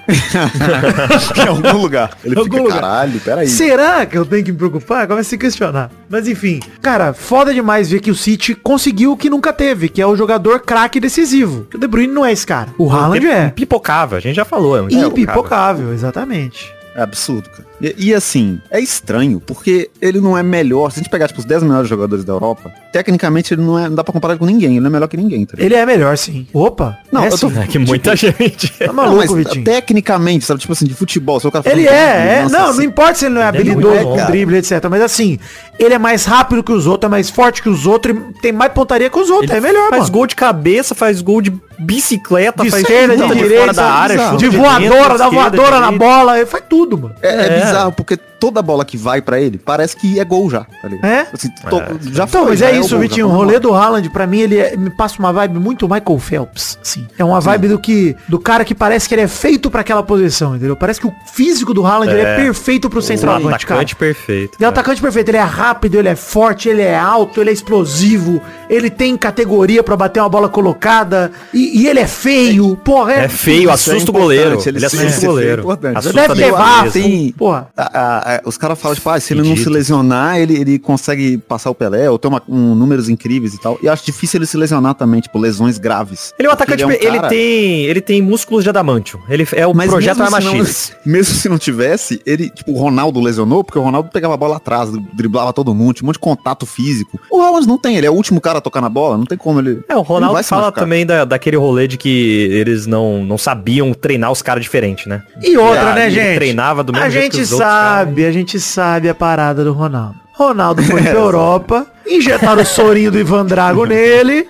S4: em algum lugar. Ele
S3: Em algum
S4: fica,
S3: lugar.
S4: caralho, peraí.
S3: Será que eu tenho que me preocupar? Começa a se questionar. Mas enfim, cara, foda demais ver que o City conseguiu o que nunca teve, que é o jogador craque decisivo. Que O De Bruyne não é esse cara. O Haaland é.
S2: Pipocava, a gente já falou. um é um pipocava.
S3: Impipocável, exatamente.
S4: É absurdo, cara. E, e, assim, é estranho, porque ele não é melhor. Se a gente pegar, tipo, os 10 melhores jogadores da Europa, tecnicamente ele não, é, não dá pra comparar ele com ninguém. Ele não é melhor que ninguém, tá ligado?
S3: Ele é melhor, sim. Opa,
S4: Não,
S3: é
S4: eu tô-
S3: sim.
S2: É que é, muita gente.
S3: Tá maluco,
S4: Não, mas,
S3: Vitinho.
S4: Tecnicamente, sabe? Tipo assim, de futebol. Se o cara
S3: Ele
S4: fala,
S3: é, é.
S4: nossa,
S3: Não, não
S4: assim,
S3: importa se ele não é
S2: um Ele é muito
S3: habilidoso,
S2: bom,
S3: com
S2: cara.
S3: drible, etc. Mas assim, ele é mais rápido que os outros, é mais forte que os outros, e tem mais pontaria que os outros.
S2: Ele
S3: é melhor,
S2: faz
S3: mano.
S2: gol de cabeça, faz gol de bicicleta,
S3: De
S2: faz
S3: esquerda, de
S2: chuta
S3: direita, é
S2: fora da área,
S4: bizarro.
S2: chuta
S3: de
S2: dentro,
S3: voadora, dá
S2: esquerda,
S3: voadora na
S2: direita.
S3: bola, ele faz tudo, mano.
S4: É, é
S2: É.
S4: bizarro, porque toda bola que vai pra ele parece que é gol já, tá ligado?
S3: É?
S4: Assim, to-
S2: É.
S4: já
S3: Então,
S4: foi,
S3: mas é
S4: já o
S3: isso,
S4: gol, já
S3: Vitinho. O
S4: foi
S3: rolê
S4: gol.
S3: do Haaland, pra mim, ele é- me passa uma vibe muito Michael Phelps, sim. É uma vibe do que do cara que parece que ele é feito pra aquela posição, entendeu? Parece que o físico do Haaland ele é perfeito pro
S2: Um
S3: centroavante, cara.
S2: atacante perfeito.
S3: Ele é um atacante perfeito, ele é rápido, ele é forte, ele é alto, ele é explosivo, ele tem categoria pra bater uma bola colocada, e, e ele é feio, porra, é,
S2: É feio,
S4: Isso é
S2: assusta o
S4: importante,
S2: goleiro.
S4: ele
S2: Ele assusta
S4: assusta,
S2: o goleiro.
S4: é importante.
S2: Assusta
S3: deve
S2: a
S3: ter
S2: defesa.
S3: VAR,
S4: Tem-
S3: porra.
S4: A, a- é, os caras falam, tipo, ah, se ele não
S2: Fedido.
S4: se lesionar, ele, ele consegue passar o Pelé, ou ter uma- um, números incríveis e tal. E eu acho difícil ele se lesionar também, tipo, lesões graves.
S2: Ele é um
S4: Porque
S2: atacante,
S4: um
S2: ele,
S4: cara-
S2: tem, ele tem músculos de adamantio. Ele é o
S4: Mas
S3: assim,
S2: projeto
S4: mesmo se
S2: Armachine.
S4: Mesmo se não tivesse, ele, tipo, o Ronaldo lesionou, porque o Ronaldo pegava a bola atrás, driblava todo mundo, tinha um monte de contato físico. O Haaland não tem, ele é o último cara a tocar na bola, não tem como ele.
S2: É, o
S4: Ele
S2: Ronaldo
S4: vai se
S2: fala
S4: machucar.
S2: também da, daquele rolê de que eles não, não sabiam treinar os caras diferente, né?
S3: E outra,
S4: Ah,
S3: né,
S4: ele
S2: Ele
S3: gente?
S2: treinava do mesmo
S3: a
S2: jeito
S3: gente
S2: que os outros caras.
S3: sabe, a gente sabe a parada do Ronaldo. Ronaldo
S2: É,
S3: foi pra Europa, injetaram o sorinho do Ivan Drago nele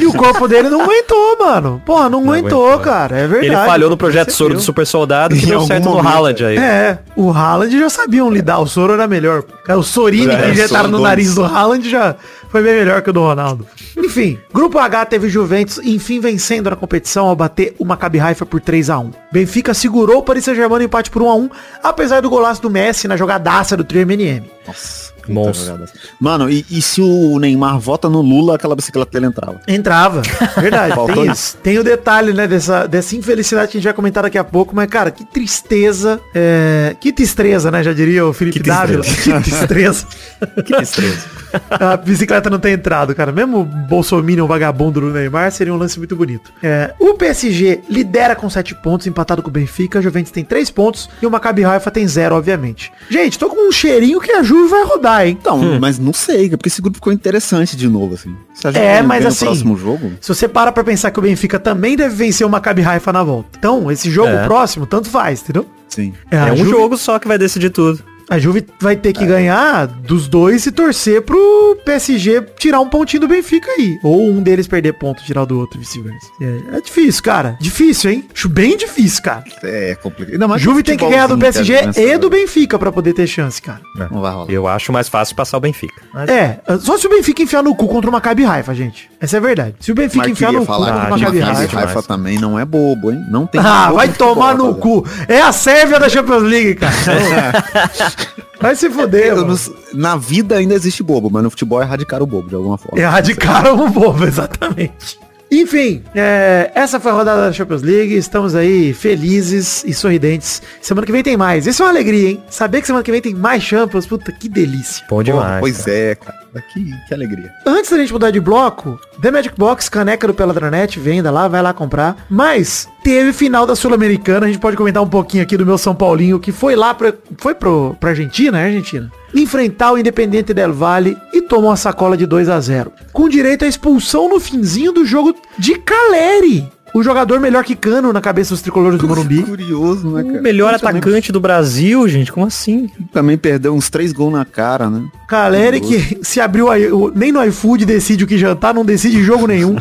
S3: e o corpo dele não aguentou, mano. Porra, não, aguentou,
S2: aguentou.
S3: cara. É verdade.
S2: Ele falhou no projeto
S3: Você
S2: Soro do
S3: viu.
S2: Super Soldado que
S4: Em
S2: deu
S4: algum
S2: certo no
S4: momento,
S2: Haaland aí.
S3: É, o Haaland já sabiam lidar, o soro era melhor. Cara, o sorinho
S4: É,
S3: que injetaram
S4: soro
S3: no
S4: dois.
S3: nariz do Haaland já foi bem melhor que o do Ronaldo. Enfim, Grupo H teve Juventus, enfim, vencendo na competição ao bater o Maccabi Haifa por 3 a 1 Benfica segurou o Paris Saint-Germain no empate por 1x1, apesar do golaço do Messi na jogadaça do Trio MNM.
S4: Nossa, puta
S2: Monstro.
S4: jogada. assim. Mano, e, e se o Neymar vota no Lula, aquela bicicleta dele entrava?
S3: Entrava. Verdade.
S4: Faltou
S3: tem,
S4: isso.
S3: tem o detalhe, né, dessa, dessa infelicidade que a gente vai comentar daqui a pouco, mas, cara, que tristeza. é, que tristeza, né? Já diria o Felipe
S4: Que tristeza.
S3: Dávila. Que tristeza.
S4: Que tristeza.
S3: a bicicleta não ter entrado, cara. Mesmo o Bolsonaro um vagabundo do Neymar seria um lance muito bonito. É, o PSG lidera com 7 pontos, empatado com o Benfica. A Juventus tem 3 pontos e o Maccabi Haifa tem 0, obviamente. Gente, tô com um cheirinho que a Juve vai rodar, hein?
S4: Então, mas não sei, porque esse grupo ficou interessante de novo, assim. Você acha
S3: É,
S4: que ele
S3: mas
S4: ganha
S3: assim-
S4: O próximo jogo?
S3: Se você para pra pensar que o Benfica também deve vencer o Maccabi Haifa na volta. Então, esse jogo
S2: É.
S3: próximo, tanto faz, entendeu?
S4: Sim.
S2: É,
S3: a
S2: um
S3: Juve-
S2: jogo só que vai decidir tudo.
S3: A Juve vai ter que ganhar dos dois e torcer pro PSG tirar um pontinho do Benfica aí. Ou um deles perder ponto, tirar do outro, vice-versa. É, é difícil, cara. Difícil, hein? Acho bem difícil, cara.
S4: É complicado. Ainda
S3: A
S4: mais assim,
S3: Juve tem que ganhar do PSG
S4: futebolzinho, cara,
S3: e
S4: nessa-
S3: do Benfica pra poder ter chance, cara.
S4: né, Não vai rolar.
S2: Eu acho mais fácil passar o Benfica.
S3: É, só se o Benfica enfiar no cu contra uma Maccabi Raifa, gente. Essa é a verdade. Se o Benfica
S4: Mas
S3: enfiar
S4: queria
S3: no cu
S4: falar
S3: contra
S4: que
S3: uma
S4: o
S2: Ah,
S3: Maccabi
S2: demais,
S4: Maccabi
S3: Haifa.
S2: demais.
S4: Haifa também não é bobo, hein? Não tem
S3: Ah,
S4: bobo
S3: vai
S4: de futebol,
S3: tomar no cu.
S4: rapaziada.
S3: É a Sérvia da Champions League, cara. vai se fuder,
S4: Eu
S3: mano.
S4: não s- na vida ainda existe bobo, mas no futebol erradicar o bobo de alguma forma.
S3: Erradicaram o bobo, exatamente. Enfim, é, essa foi a rodada da Champions League. Estamos aí felizes e sorridentes. Semana que vem tem mais. Isso é uma alegria, hein? Saber que semana que vem tem mais Champions, puta que delícia.
S2: Bom
S4: Porra,
S2: demais.
S4: pois
S2: cara.
S4: é, cara. Que, que alegria.
S3: Antes da gente mudar de bloco, The Magic Box, caneca do Peladranet, venda lá, vai lá comprar. Mas teve final da Sul-Americana, a gente pode comentar um pouquinho aqui do meu São Paulinho, que foi lá pra, foi pro, pra Argentina, é Argentina? Enfrentar o Independente Del Valle e tomou uma sacola de 2 a 0 Com direito à expulsão no finzinho do jogo de Caleri. O jogador melhor que cano na cabeça dos tricolores do Morumbi. tá-
S4: Curioso, né, cara?
S2: O melhor
S4: Também-
S2: atacante do Brasil, gente, como assim?
S4: Também perdeu uns três gols na cara, né?
S3: Caleri que se abriu aí, o- nem no iFood decide o que jantar, não decide em jogo nenhum.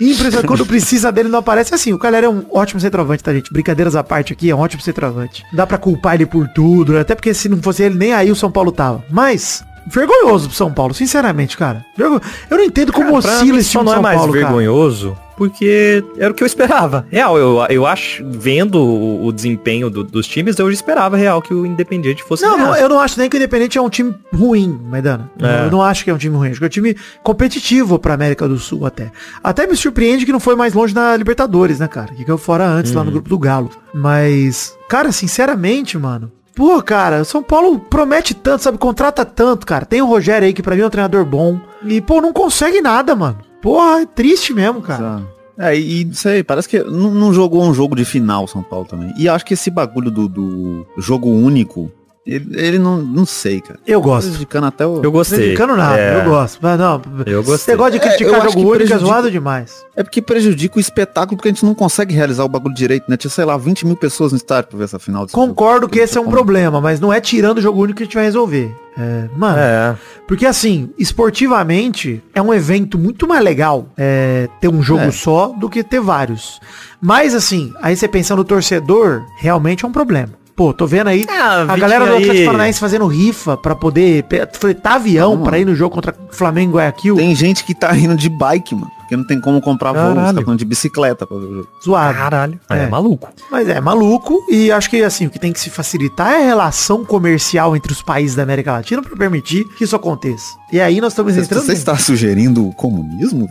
S3: Impressionante, quando precisa dele não aparece. Assim, o Caleri é um ótimo centroavante, tá, gente? Brincadeiras à parte aqui, é um ótimo centroavante. Dá pra culpar ele por tudo, né? até porque se não fosse ele, nem aí o São Paulo tava. Mas, vergonhoso pro São Paulo, sinceramente, cara. Vergo- Eu não entendo como
S2: Pra
S3: oscila
S2: mim,
S3: esse
S2: só
S3: time do
S2: não é
S3: São
S2: mais
S3: Paulo, cara.
S2: vergonhoso, porque era o que eu esperava. Real, eu, eu acho, vendo o, o desempenho do- dos times, eu esperava real que o Independiente fosse
S3: Não,
S2: ganhar.
S3: não, eu não acho nem que o Independente é um time ruim, Maidana.
S2: É.
S3: Eu não acho que é um time ruim. Acho que é um time competitivo pra América do Sul até. Até me surpreende que não foi mais longe na Libertadores, né, cara? Que caiu fora antes lá no grupo do Galo. Mas, cara, sinceramente, mano. Pô, cara, o São Paulo promete tanto, sabe? Contrata tanto, cara. Tem o Rogério aí, que pra mim é um treinador bom. E, pô, não consegue nada, mano. Porra, é triste mesmo, cara.
S4: Tá. É, e e não sei, parece que não, não jogou um jogo de final o São Paulo também. E acho que esse bagulho do, do jogo único, ele, ele não, não sei, cara.
S3: Eu gosto.
S4: Prejudicando até o...
S2: Eu
S3: Não
S2: gostei.
S3: Criticando nada,
S2: É,
S3: eu gosto. Mas não,
S2: Eu gostei.
S3: Você gosta de
S4: É, eu
S3: criticar
S4: acho que
S3: jogo único, é
S4: prejudica-
S3: zoado demais.
S4: É porque prejudica o espetáculo porque a gente não consegue realizar o bagulho direito, né? Tinha, sei lá, 20 mil pessoas no estádio pra ver essa final. desse
S3: Concordo
S4: jogo.
S3: que esse é um problema, mas não é tirando o jogo único que a gente vai resolver. É, mano,
S2: É.
S3: porque assim, esportivamente, é um evento muito mais legal é, ter um jogo
S4: É.
S3: só do que ter vários. Mas assim, aí você pensando no torcedor, realmente é um problema. Pô, tô vendo aí
S2: Ah,
S3: a
S2: Vitinho
S3: galera do Atlético
S2: aí.
S3: Paranaense fazendo rifa pra poder pe- fretar avião
S4: Não,
S3: pra ir no jogo contra Flamengo e Guayaquil.
S4: Tem gente que tá rindo de bike, mano. Porque não tem como comprar voo,
S2: Caralho.
S4: você tá falando de bicicleta pra ver o jogo.
S3: Zoado.
S2: Caralho. É,
S3: É.
S2: maluco.
S3: Mas é maluco e acho que assim, o que tem que se facilitar é a relação comercial entre os países da América Latina para permitir que isso aconteça. E aí nós estamos
S4: Você,
S3: entrando.
S4: você está sugerindo o comunismo?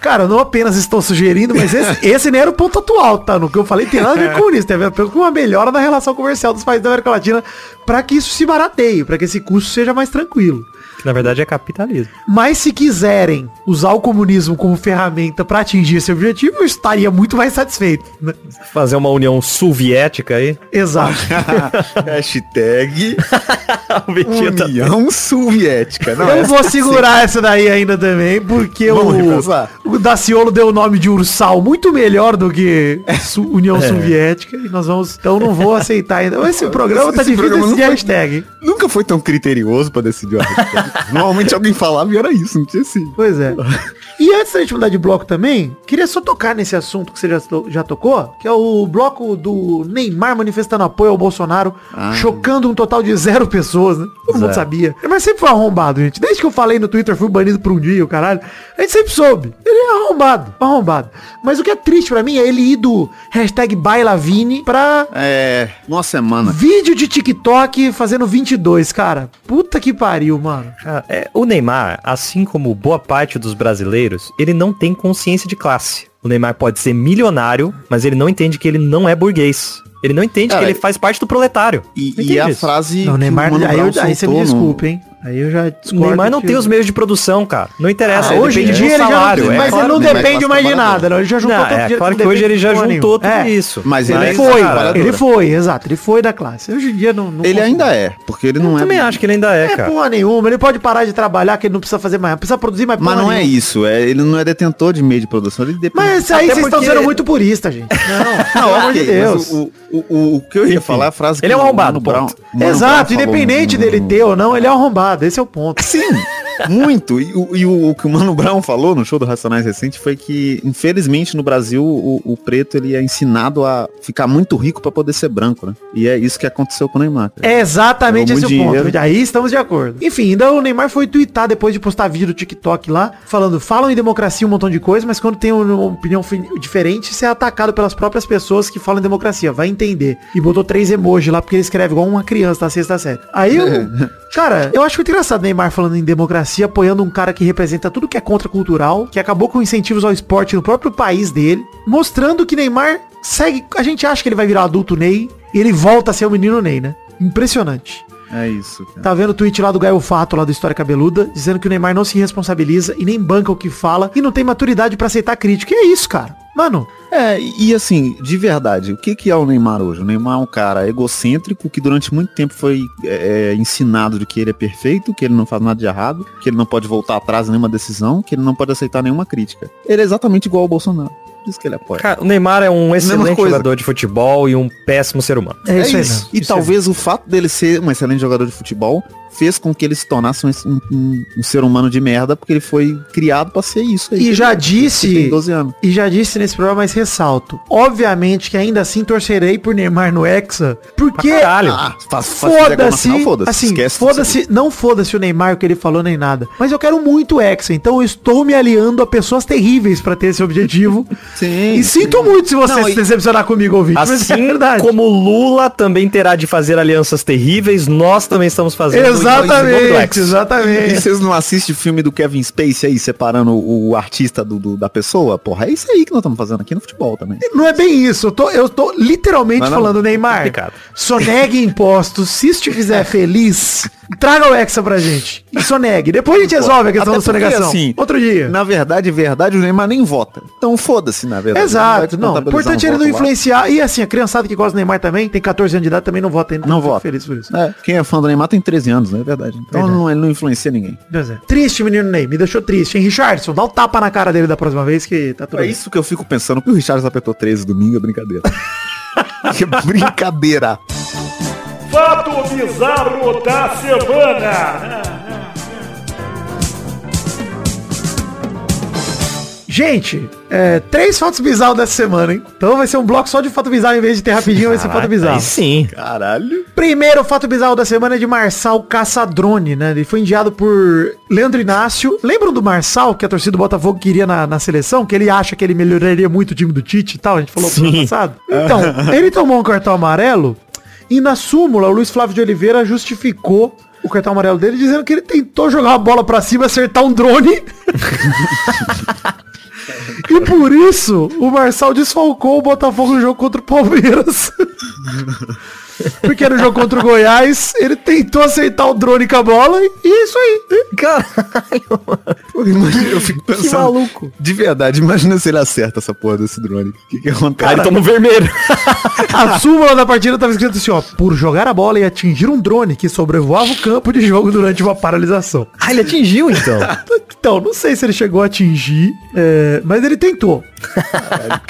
S3: Cara, não apenas estão sugerindo, mas esse, esse nem era o ponto atual, tá? No que eu falei tem nada a ver com isso, tem a ver apenas com uma melhora na relação comercial dos países da América Latina pra que isso se barateie, pra que esse custo seja mais tranquilo.
S2: Que na verdade é capitalismo.
S3: Mas se quiserem usar o comunismo como ferramenta pra atingir esse objetivo, eu estaria muito mais satisfeito. né?
S2: Fazer uma união soviética aí.
S3: Exato.
S4: Hashtag
S2: O Vegeta-
S4: União Soviética. Não, é-
S3: eu
S4: essa-
S3: vou segurar essa daí ainda também, porque
S4: Vamos
S3: o,
S4: repensar.
S3: o Daciolo deu o nome de Ursal muito melhor do que Su- União
S4: É.
S3: Soviética. E nós vamos. Então não vou aceitar ainda. Esse programa tá
S4: Esse
S3: difícil
S4: programa
S3: esse
S4: não
S3: de
S4: foi-
S3: hashtag.
S4: Nunca foi tão criterioso pra decidir uma hashtag. Normalmente alguém falava e era isso, não tinha assim.
S3: Pois é. E antes da gente mudar de bloco também, queria só tocar nesse assunto que você já, to- já tocou, que é o bloco do Neymar manifestando apoio ao Bolsonaro, chocando um total de zero pessoas, né? Todo mundo
S2: Zero.
S3: sabia. Mas sempre foi arrombado, gente. Desde que eu falei no Twitter, fui banido por um dia, o caralho. A gente sempre soube. Ele é arrombado, arrombado. Mas o que é triste pra mim é ele ir do hashtag Bailavini pra
S4: É. Uma semana.
S3: vídeo de TikTok fazendo 22, cara. Puta que pariu, mano.
S2: Ah, é, o Neymar, assim como boa parte dos brasileiros, ele não tem consciência de classe. O Neymar pode ser milionário, mas ele não entende que ele não é burguês. Ele não
S3: Ah,
S2: entende
S4: Cara,
S2: que ele
S3: é.
S2: faz parte do proletário. Não
S4: E,
S2: entende
S4: e a
S2: isso.
S4: frase.
S3: Não,
S4: que
S3: Neymar,
S4: o Mano
S3: aí,
S4: Brown
S3: eu, aí você me
S4: soltou no-
S3: desculpa, hein? Aí eu já
S2: O
S3: discordo.
S2: Neymar não
S3: que-
S2: tem os meios de produção, cara. Não interessa.
S3: Ah, hoje em
S2: depende
S3: dia
S2: do
S3: ele
S2: salário,
S3: já não,
S2: é
S3: mas
S2: claro.
S3: ele não
S4: né?
S3: depende
S4: Mas
S3: mais de
S4: trabalhador.
S3: nada, não. Ele já juntou
S2: Não,
S3: todo
S2: é
S3: dinheiro,
S2: claro
S3: não
S2: que hoje
S3: depende
S2: ele já
S3: de porra
S2: juntou tudo
S3: nenhuma. É,
S2: isso.
S4: Mas ele
S3: Ele
S4: é
S3: foi,
S4: trabalhador.
S3: ele foi, exato, ele foi da classe. Hoje em dia não. não
S4: Ele
S3: consegue.
S4: ainda é, porque ele não
S2: Eu
S4: é.
S2: também acho que ele ainda é,
S3: É
S2: cara.
S3: porra nenhuma, ele pode parar de trabalhar, que ele não precisa fazer mais, precisa produzir mais
S4: Mas
S3: porra
S4: não é
S3: nenhuma.
S4: isso, é, ele não é detentor de meio de produção, ele depende. Ah,
S3: Mas isso aí
S2: Até
S3: vocês estão
S2: porque-
S3: sendo muito purista, gente. Não, pelo amor de
S4: Ok, mas
S3: Deus.
S4: O, o, o, o que eu ia falar é a frase
S2: ele é um
S4: o
S2: arrombado,
S4: Mano Brown-
S2: ponto.
S4: Mano
S3: Exato,
S4: Brown falou
S3: independente
S4: no-
S3: dele ter ou não, ele é arrombado, esse é o ponto.
S4: Sim, muito. E, o, e o, o que o Mano Brown falou no show do Racionais recente foi que, infelizmente, no Brasil, o, o preto ele é ensinado a ficar muito rico pra poder ser branco, né? E é isso que aconteceu com o Neymar. cara.
S3: É exatamente
S4: Pegou
S3: esse o
S4: muito
S3: ponto.
S4: dinheiro.
S3: Aí estamos de acordo. Enfim, ainda o Neymar foi twittar depois de postar vídeo do TikTok lá, falando, falam em democracia um montão de coisa, mas quando tem uma opinião fi- diferente, você é atacado pelas próprias pessoas que falam em democracia. Vai entender. E botou três emojis lá, porque ele escreve igual uma criança da sexta série. Aí eu... Cara, eu acho muito engraçado o Neymar falando em democracia, apoiando um cara que representa tudo que é contracultural, que acabou com incentivos ao esporte no próprio país dele, mostrando que Neymar segue... A gente acha que ele vai virar adulto Ney, e ele volta a ser o menino Ney, né? Impressionante.
S4: É isso, cara.
S3: Tá vendo o tweet lá do Gaio Fato, lá do História Cabeluda, dizendo que o Neymar não se responsabiliza e nem banca o que fala e não tem maturidade pra aceitar crítica. E é isso, cara. Mano,
S4: É, e e assim, de verdade, o que, que é o Neymar hoje? O Neymar é um cara egocêntrico que durante muito tempo foi é, é, ensinado de que ele é perfeito, que ele não faz nada de errado, que ele não pode voltar atrás em nenhuma decisão, que ele não pode aceitar nenhuma crítica. Ele é exatamente igual ao Bolsonaro. Por isso que ele apoia.
S2: Cara, o Neymar é um excelente
S4: coisa.
S2: jogador de futebol e um péssimo ser humano.
S3: é, isso, aí,
S4: E
S3: mesmo.
S4: talvez o fato dele ser um excelente jogador de futebol fez com que ele se tornasse um, um- um ser humano de merda, porque ele foi criado pra ser isso aí.
S3: E já
S4: Ele tem
S3: disse,
S4: 12 anos.
S3: e já disse nesse programa, mas ressalto. Obviamente que ainda assim torcerei por Neymar no Hexa,
S2: Pra
S3: porque
S2: caralho.
S4: Ah, faz- faz- fizer gol na
S3: Foda-se,
S4: final, foda-se.
S3: assim,
S4: Esquece tudo isso
S3: foda-se, não foda-se o Neymar, o que ele falou nem nada. Mas eu quero muito o Hexa, então eu estou me aliando a pessoas terríveis pra ter esse objetivo.
S4: aqui. Sim.
S3: E sinto muito se você
S4: Não,
S3: se
S4: e-
S3: decepcionar comigo, ouvinte. mas
S2: Assim como Lula também terá de fazer alianças terríveis, nós também estamos fazendo. em nome do
S3: Exatamente,
S2: Ex.
S4: E
S3: exatamente.
S4: vocês não assistem o filme do Kevin Spacey aí, separando o, o artista do, do- da pessoa? Porra, é isso aí que nós estamos fazendo aqui no futebol também.
S3: Não é bem isso, eu tô, eu tô literalmente
S4: Não, é não.
S3: falando, Neymar,
S2: Complicado.
S3: sonegue impostos, se isso te fizer feliz, traga o Hexa pra gente. E sonegue, depois a gente resolve a questão
S4: Até
S3: da sonegação.
S4: porque, assim,
S3: Outro dia.
S4: Na verdade, verdade, o Neymar nem vota. Então foda-se, na verdade.
S3: Exato, não. O
S4: Não vai
S3: importante é ele
S4: contabilizar um
S3: não
S4: voto lá.
S3: influenciar. E assim, a criançada que gosta do Neymar também, tem 14 anos de idade, também não vota ainda.
S4: Não
S3: Fico
S4: vota.
S3: feliz por isso.
S4: É, quem é fã do Neymar tem 13 anos, né? é verdade. Então
S3: Verdade.
S4: não- ele não influencia ninguém.
S3: Deus é. Triste, menino Ney. Me deixou triste, hein? Richardson, dá o tapa na cara dele da próxima vez que tá tudo
S4: É
S3: bem.
S4: isso que eu fico pensando, que o Richard apertou 13 domingo, é brincadeira. que brincadeira.
S6: Fato bizarro da semana.
S3: Gente, é, três fotos bizarros dessa semana, hein? Então vai ser um bloco só de foto bizarro em vez de ter rapidinho, vai ser
S2: Caraca,
S3: foto é bizarro.
S2: aí sim.
S4: Caralho.
S3: Primeiro fato bizarro da semana é de Marçal Caçadrone, né? Ele foi enviado por Leandro Inácio. Lembram do Marçal, que a torcida do Botafogo queria na, na seleção? Que ele acha que ele melhoraria muito o time do Tite e tal? A gente falou no ano
S2: Sim.
S3: passado. Então, ele tomou um cartão amarelo e na súmula o Luiz Flávio de Oliveira justificou o cartão amarelo dele dizendo que ele tentou jogar a bola pra cima e acertar um drone. e por isso, o Marçal desfalcou o Botafogo no jogo contra o Palmeiras. Porque no jogo contra o Goiás, ele tentou acertar o drone com a bola e é isso aí.
S2: Caralho, mano.
S4: Pô, imagina- Eu fico pensando.
S2: maluco.
S4: De verdade, imagina se ele acerta essa porra desse drone. O que, que
S2: Aí
S4: acontece?
S2: ele toma o Então, vermelho.
S3: A súmula da partida estava escrito assim, ó. Por jogar a bola e atingir um drone que sobrevoava o campo de jogo durante uma paralisação.
S2: Ah, ele atingiu então.
S3: Então, não sei se ele chegou a atingir, é, mas ele tentou.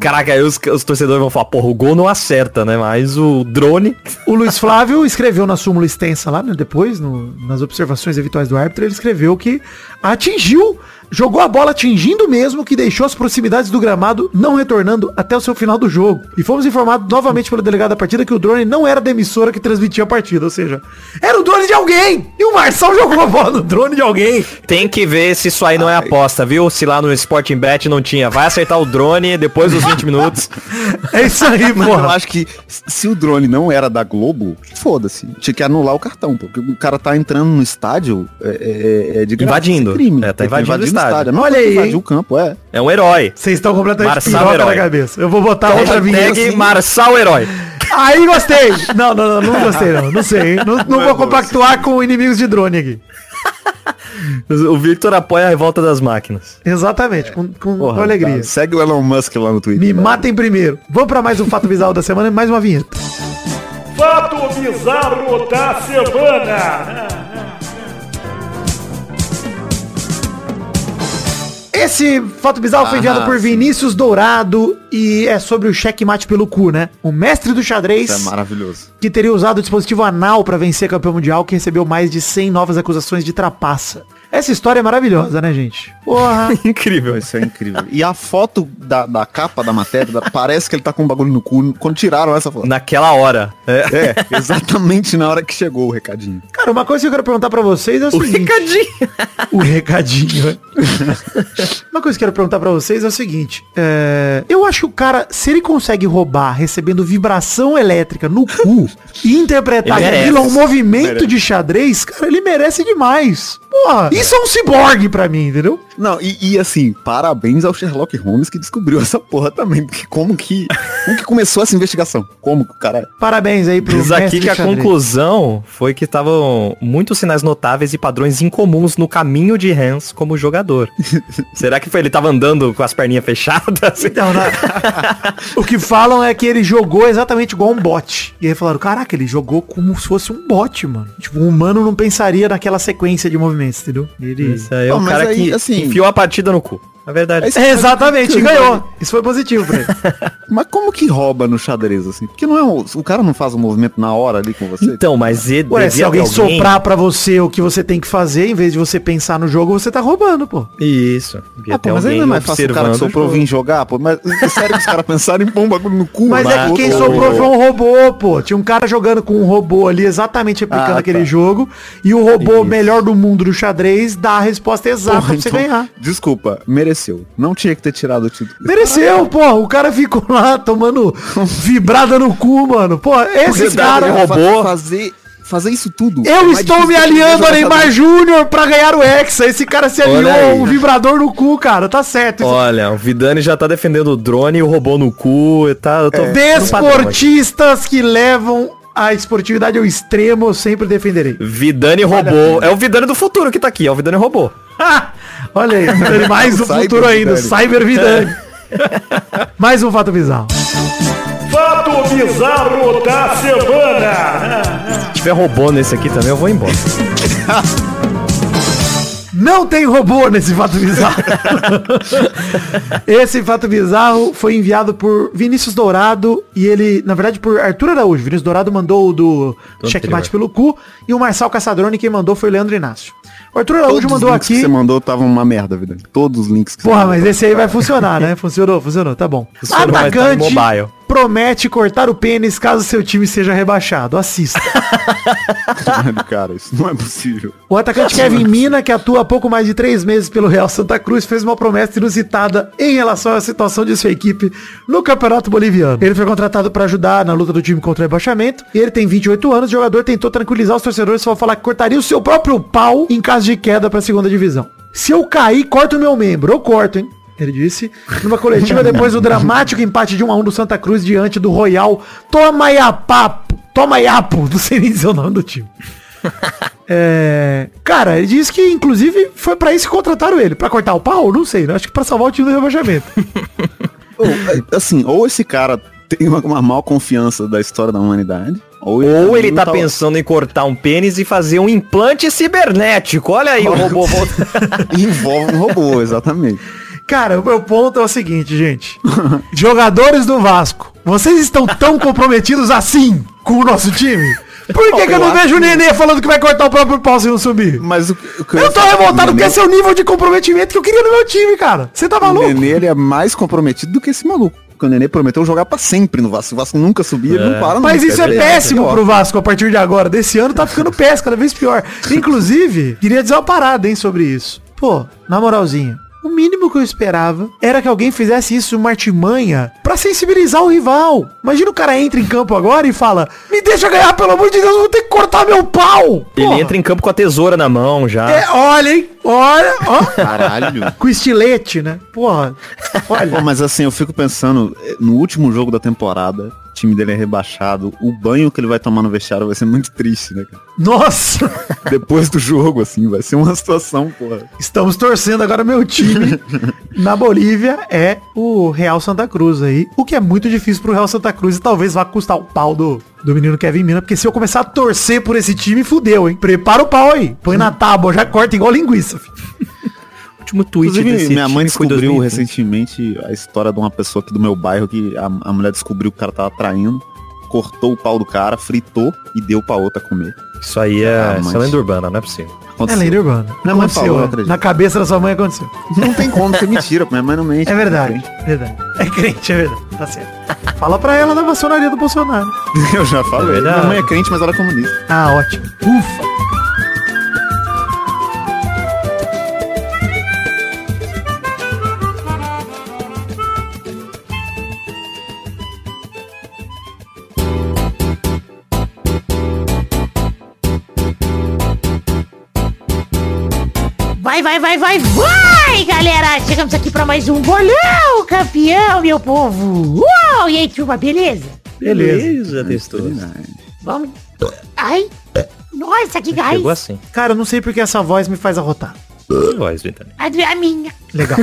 S2: Caraca, aí os, os torcedores vão falar, porra, o gol não acerta, né? Mas o drone.
S3: O Luiz Flávio escreveu na súmula extensa lá, né, depois, no- nas observações eventuais do árbitro, ele escreveu que atingiu, jogou a bola atingindo mesmo, que deixou as proximidades do gramado não retornando até o seu final do jogo. E fomos informados novamente pelo delegado da partida que o drone não era da emissora que transmitia a partida, ou seja, era o drone de alguém! E o Marçal jogou a bola no drone de alguém!
S2: Tem que ver se isso aí não é aposta, viu? Se lá no Sporting Bet não tinha. Vai acertar o drone depois dos 20 minutos.
S3: É isso aí,
S4: Mas eu
S3: porra.
S4: acho que se o drone não era da Globo, foda-se. Tinha que anular o cartão, pô, porque o cara tá entrando no estádio é, é, é de graça,
S2: Invadindo.
S4: isso é crime.
S2: É, tá
S4: Ele
S2: invadindo o estádio.
S4: Não
S3: Olha
S4: Olha
S3: aí,
S4: aí.
S3: hein?
S4: Invadiu o campo, é.
S2: É um herói.
S3: Vocês estão completamente
S2: Marçal
S3: piroca na
S2: herói. Então,
S3: cabeça. Eu vou botar outra vinheta.
S2: Hashtag
S3: assim.
S2: Marçal Herói.
S3: Aí gostei! Não, não, não, não gostei não. Não sei, hein? Não, não
S4: é
S3: vou compactuar com inimigos de drone aqui.
S2: O Victor apoia a revolta das máquinas.
S3: Exatamente, com, com
S4: Porra, tá assim, né?
S3: alegria.
S4: cara, segue o Elon Musk lá no Twitter.
S3: Me matem primeiro. Vamos pra mais um fato bizarro da semana e mais uma vinheta.
S6: Fato bizarro da semana.
S3: Esse fato bizarro foi
S4: Ah,
S3: enviado por Vinícius Dourado e é sobre o checkmate pelo cu, né? O mestre do xadrez
S4: Isso é maravilhoso.
S3: que teria usado o dispositivo anal pra vencer campeão mundial que recebeu mais de 100 novas acusações de trapaça. Essa história é maravilhosa, né, gente? Porra.
S2: Incrível.
S4: Isso é incrível. E a foto da, da capa da matéria, da- parece que ele tá com um bagulho no cu. Quando tiraram essa foto.
S2: Naquela hora. É.
S4: É, exatamente na hora que chegou o recadinho.
S3: Cara, uma coisa que eu quero perguntar pra vocês é o,
S2: O
S3: seguinte.
S2: recadinho.
S3: O recadinho. né? Uma coisa que eu quero perguntar pra vocês é o seguinte. é, eu acho que o cara, se ele consegue roubar recebendo vibração elétrica no cu e interpretar
S2: Ele
S3: aquilo a um
S2: merece.
S3: movimento
S4: Merece.
S3: de xadrez, cara, ele merece demais. Porra, isso é um ciborgue pra mim, entendeu?
S4: Não, e, e assim, parabéns ao Sherlock Holmes que descobriu essa porra também, porque como que, como que começou essa investigação? Como que o cara...
S3: Parabéns aí pro
S2: Diz
S3: mestre
S2: aqui que
S3: de
S2: a
S3: xadrez.
S2: conclusão foi que estavam muitos sinais notáveis e padrões incomuns no caminho de Hans como jogador. Será que foi ele tava andando com as perninhas fechadas?
S3: Então, na- o que falam é que ele jogou exatamente igual um bot. E aí falaram, caraca, ele jogou como se fosse um bot, mano. Tipo, um humano não pensaria naquela sequência de movimentos, entendeu? Ele...
S2: Isso aí é
S4: Pô,
S2: um
S4: mas
S2: cara
S4: aí,
S2: que que
S4: assim-
S2: enfiou a partida no cu. Na verdade.
S4: Mas-
S3: É, Exatamente, ganhou. Isso foi positivo pra ele.
S4: Mas como que rouba no xadrez, assim? Porque não é um, o cara não faz o movimento na hora ali com você?
S2: Então, mas ele
S3: Ué,
S2: devia
S3: se alguém,
S2: ter
S3: soprar pra você o que você tem que fazer, em vez de você pensar no jogo, você tá roubando, pô.
S2: Isso. Devia
S4: Ah,
S2: ter
S4: pô, mas
S2: alguém
S4: ainda é mais fácil o cara que
S2: observando.
S4: soprou né? vir jogar, pô. Mas é sério que os caras pensaram em pôr um bagulho no cu?
S3: Mas
S4: mano?
S3: é que quem
S4: Ô,
S3: soprou
S4: ô,
S3: foi um robô, pô. Tinha um cara jogando com um robô ali, exatamente replicando
S4: Ah, tá.
S3: aquele jogo. E o robô
S4: Isso.
S3: melhor do mundo do xadrez dá a resposta exata
S4: porra,
S3: pra você
S4: então,
S3: ganhar.
S4: Desculpa, mereceu. Não tinha que ter tirado o título.
S3: Mereceu, pô. O cara ficou lá tomando vibrada no cu, mano. Pô, esses
S4: Porque
S3: caras.
S4: fa-
S2: roubou.
S4: Fazer, fazer isso tudo. é
S3: Eu
S4: mais
S3: estou me
S4: difícil do que
S3: aliando
S4: jogar
S3: a Neymar
S4: xadrez.
S3: Júnior pra ganhar o Hexa. Esse cara se
S4: Olha
S3: aliou
S4: aí.
S3: um vibrador no cu, cara. Tá certo. Isso
S2: Olha, o Vidani já tá defendendo o drone e o robô no cu e tá. Eu
S4: é
S2: tô
S4: um
S2: no padrão aqui.
S3: Desportistas que levam a esportividade ao extremo, eu sempre defenderei.
S2: Vidani robô. É o Vidani do futuro que tá aqui, é o Vidani robô.
S3: Olha aí, Vidani, mais um
S4: Cyber
S3: futuro ainda,
S4: Vidani.
S3: Cyber Vidani. mais um fato bizarro.
S6: Fato bizarro da semana.
S2: Se tiver robô nesse aqui também, eu vou embora.
S3: Não tem robô nesse fato bizarro. Esse fato bizarro foi enviado por Vinícius Dourado e ele, na verdade, por Arthur Araújo. Vinícius Dourado mandou o do
S2: Do
S3: Checkmate
S2: anterior.
S3: pelo cu e o Marçal Caçadrone quem mandou foi o Leandro Inácio. O Arthur Araújo
S4: Todos os
S3: mandou
S4: links que
S3: aqui.
S4: você mandou estavam uma merda, vida. Todos os links que você
S3: Porra,
S4: mandou.
S3: mas esse aí vai funcionar, né? Funcionou, funcionou, tá bom.
S2: Funcionou, mas tá no
S3: Atacante
S2: mobile.
S3: promete cortar o pênis caso seu time seja rebaixado. Assista.
S4: Caralho, cara, isso não é possível.
S3: O atacante Kevin Mina, que atua há pouco mais de três meses pelo Real Santa Cruz, fez uma promessa inusitada em relação à situação de sua equipe no Campeonato Boliviano. Ele foi contratado para ajudar na luta do time contra o rebaixamento. E ele tem 28 anos. O jogador tentou tranquilizar os torcedores ao falar que cortaria o seu próprio pau em caso de queda para a segunda divisão. Se eu cair, corta o meu membro. Eu corto, hein? Ele disse, numa coletiva depois do dramático empate de 1 a 1 do Santa Cruz diante do Royal Tomaiapapo. Tomaiapo, não sei nem dizer o nome do time. É, Cara, ele disse que inclusive foi pra isso que contrataram ele. Pra cortar o pau? Não sei, né? Acho que pra salvar o time do rebaixamento.
S4: Ou, é, assim, ou esse cara tem uma, uma mal confiança da história da humanidade, ou ele,
S2: Ou ele
S4: não
S2: tá pensando em cortar um pênis e fazer um implante cibernético. Olha aí o robô voltando.
S4: Envolve um robô, exatamente.
S3: Cara, o meu ponto é o seguinte, gente. Jogadores do Vasco, vocês estão tão comprometidos assim com o nosso time? Por que, que eu não vejo o Nenê falando que vai cortar o próprio pau se não subir?
S4: Mas o, que- o que
S3: Eu tô
S4: ia falar,
S3: revoltado
S4: o
S3: porque
S4: Nenê-
S3: esse é o nível de comprometimento que eu queria no meu time, cara. Você tá
S4: O
S3: maluco?
S4: Nenê ele é mais comprometido do que esse maluco. Porque o Nenê prometeu jogar pra sempre no Vasco. Se o Vasco nunca subir, ele não para
S3: Mas
S4: nunca.
S3: isso é péssimo
S4: pior.
S3: pro Vasco a partir de agora. Desse ano tá ficando péssimo, cada vez pior. Inclusive, queria dizer uma parada, hein, sobre isso. Pô, na moralzinha. O mínimo que eu esperava era que alguém fizesse isso uma artimanha pra sensibilizar o rival. Imagina o cara entra em campo agora e fala: Me deixa ganhar, pelo amor de Deus, eu vou ter que cortar meu pau!
S2: Ele
S3: Porra.
S2: entra em campo com a tesoura na mão já.
S3: É, olha, hein? Olha, ó.
S4: Caralho.
S3: Com estilete, né? Porra. Olha.
S4: Pô, mas assim, eu fico pensando, eh, no último jogo da temporada, o time dele é rebaixado, o banho que ele vai tomar no vestiário vai ser muito triste, né, cara?
S3: Nossa!
S4: Depois do jogo, assim, vai ser uma situação, porra.
S3: Estamos torcendo agora meu time na Bolívia é o Real Santa Cruz aí, o que é muito difícil pro Real Santa Cruz e talvez vá custar o pau do, do menino Kevin Mina, porque se eu começar a torcer por esse time, fudeu, hein? Prepara o pau aí, põe na tábua, já corta igual linguiça. filho.
S2: O último tweet
S4: Inclusive, minha mãe
S2: time foi tipo em
S4: descobriu
S2: 2020.
S4: recentemente a história de uma pessoa aqui do meu bairro que a, a mulher descobriu que o cara tava traindo, cortou o pau do cara, fritou e deu pra outra comer.
S2: Isso aí é,
S4: Ah,
S2: isso é
S4: mas-
S2: lenda urbana, não é possível.
S3: É
S4: Aconteceu.
S3: lenda urbana.
S4: Minha mãe falou, eu acredito.
S3: né? na cabeça da sua mãe aconteceu.
S4: Não tem como ser mentira, minha mãe não mente.
S3: É verdade, verdade. É crente, é verdade, tá certo. Fala pra ela da maçonaria do Bolsonaro.
S4: Eu já falei.
S2: É verdade.
S4: minha mãe é crente, mas ela é comunista.
S3: Ah, ótimo. Ufa.
S7: Vai, vai, vai, vai, vai, galera! Chegamos aqui pra mais um bolão, campeão, meu povo! Uou! E aí, turma, beleza?
S2: Beleza, testou.
S4: é.
S7: Vamos... Ai! É. Nossa, que gás!
S2: Chegou assim.
S3: Cara, eu não sei porque essa voz me faz arrotar.
S2: Que voz, Vitor.
S7: A, do- a minha.
S3: Legal.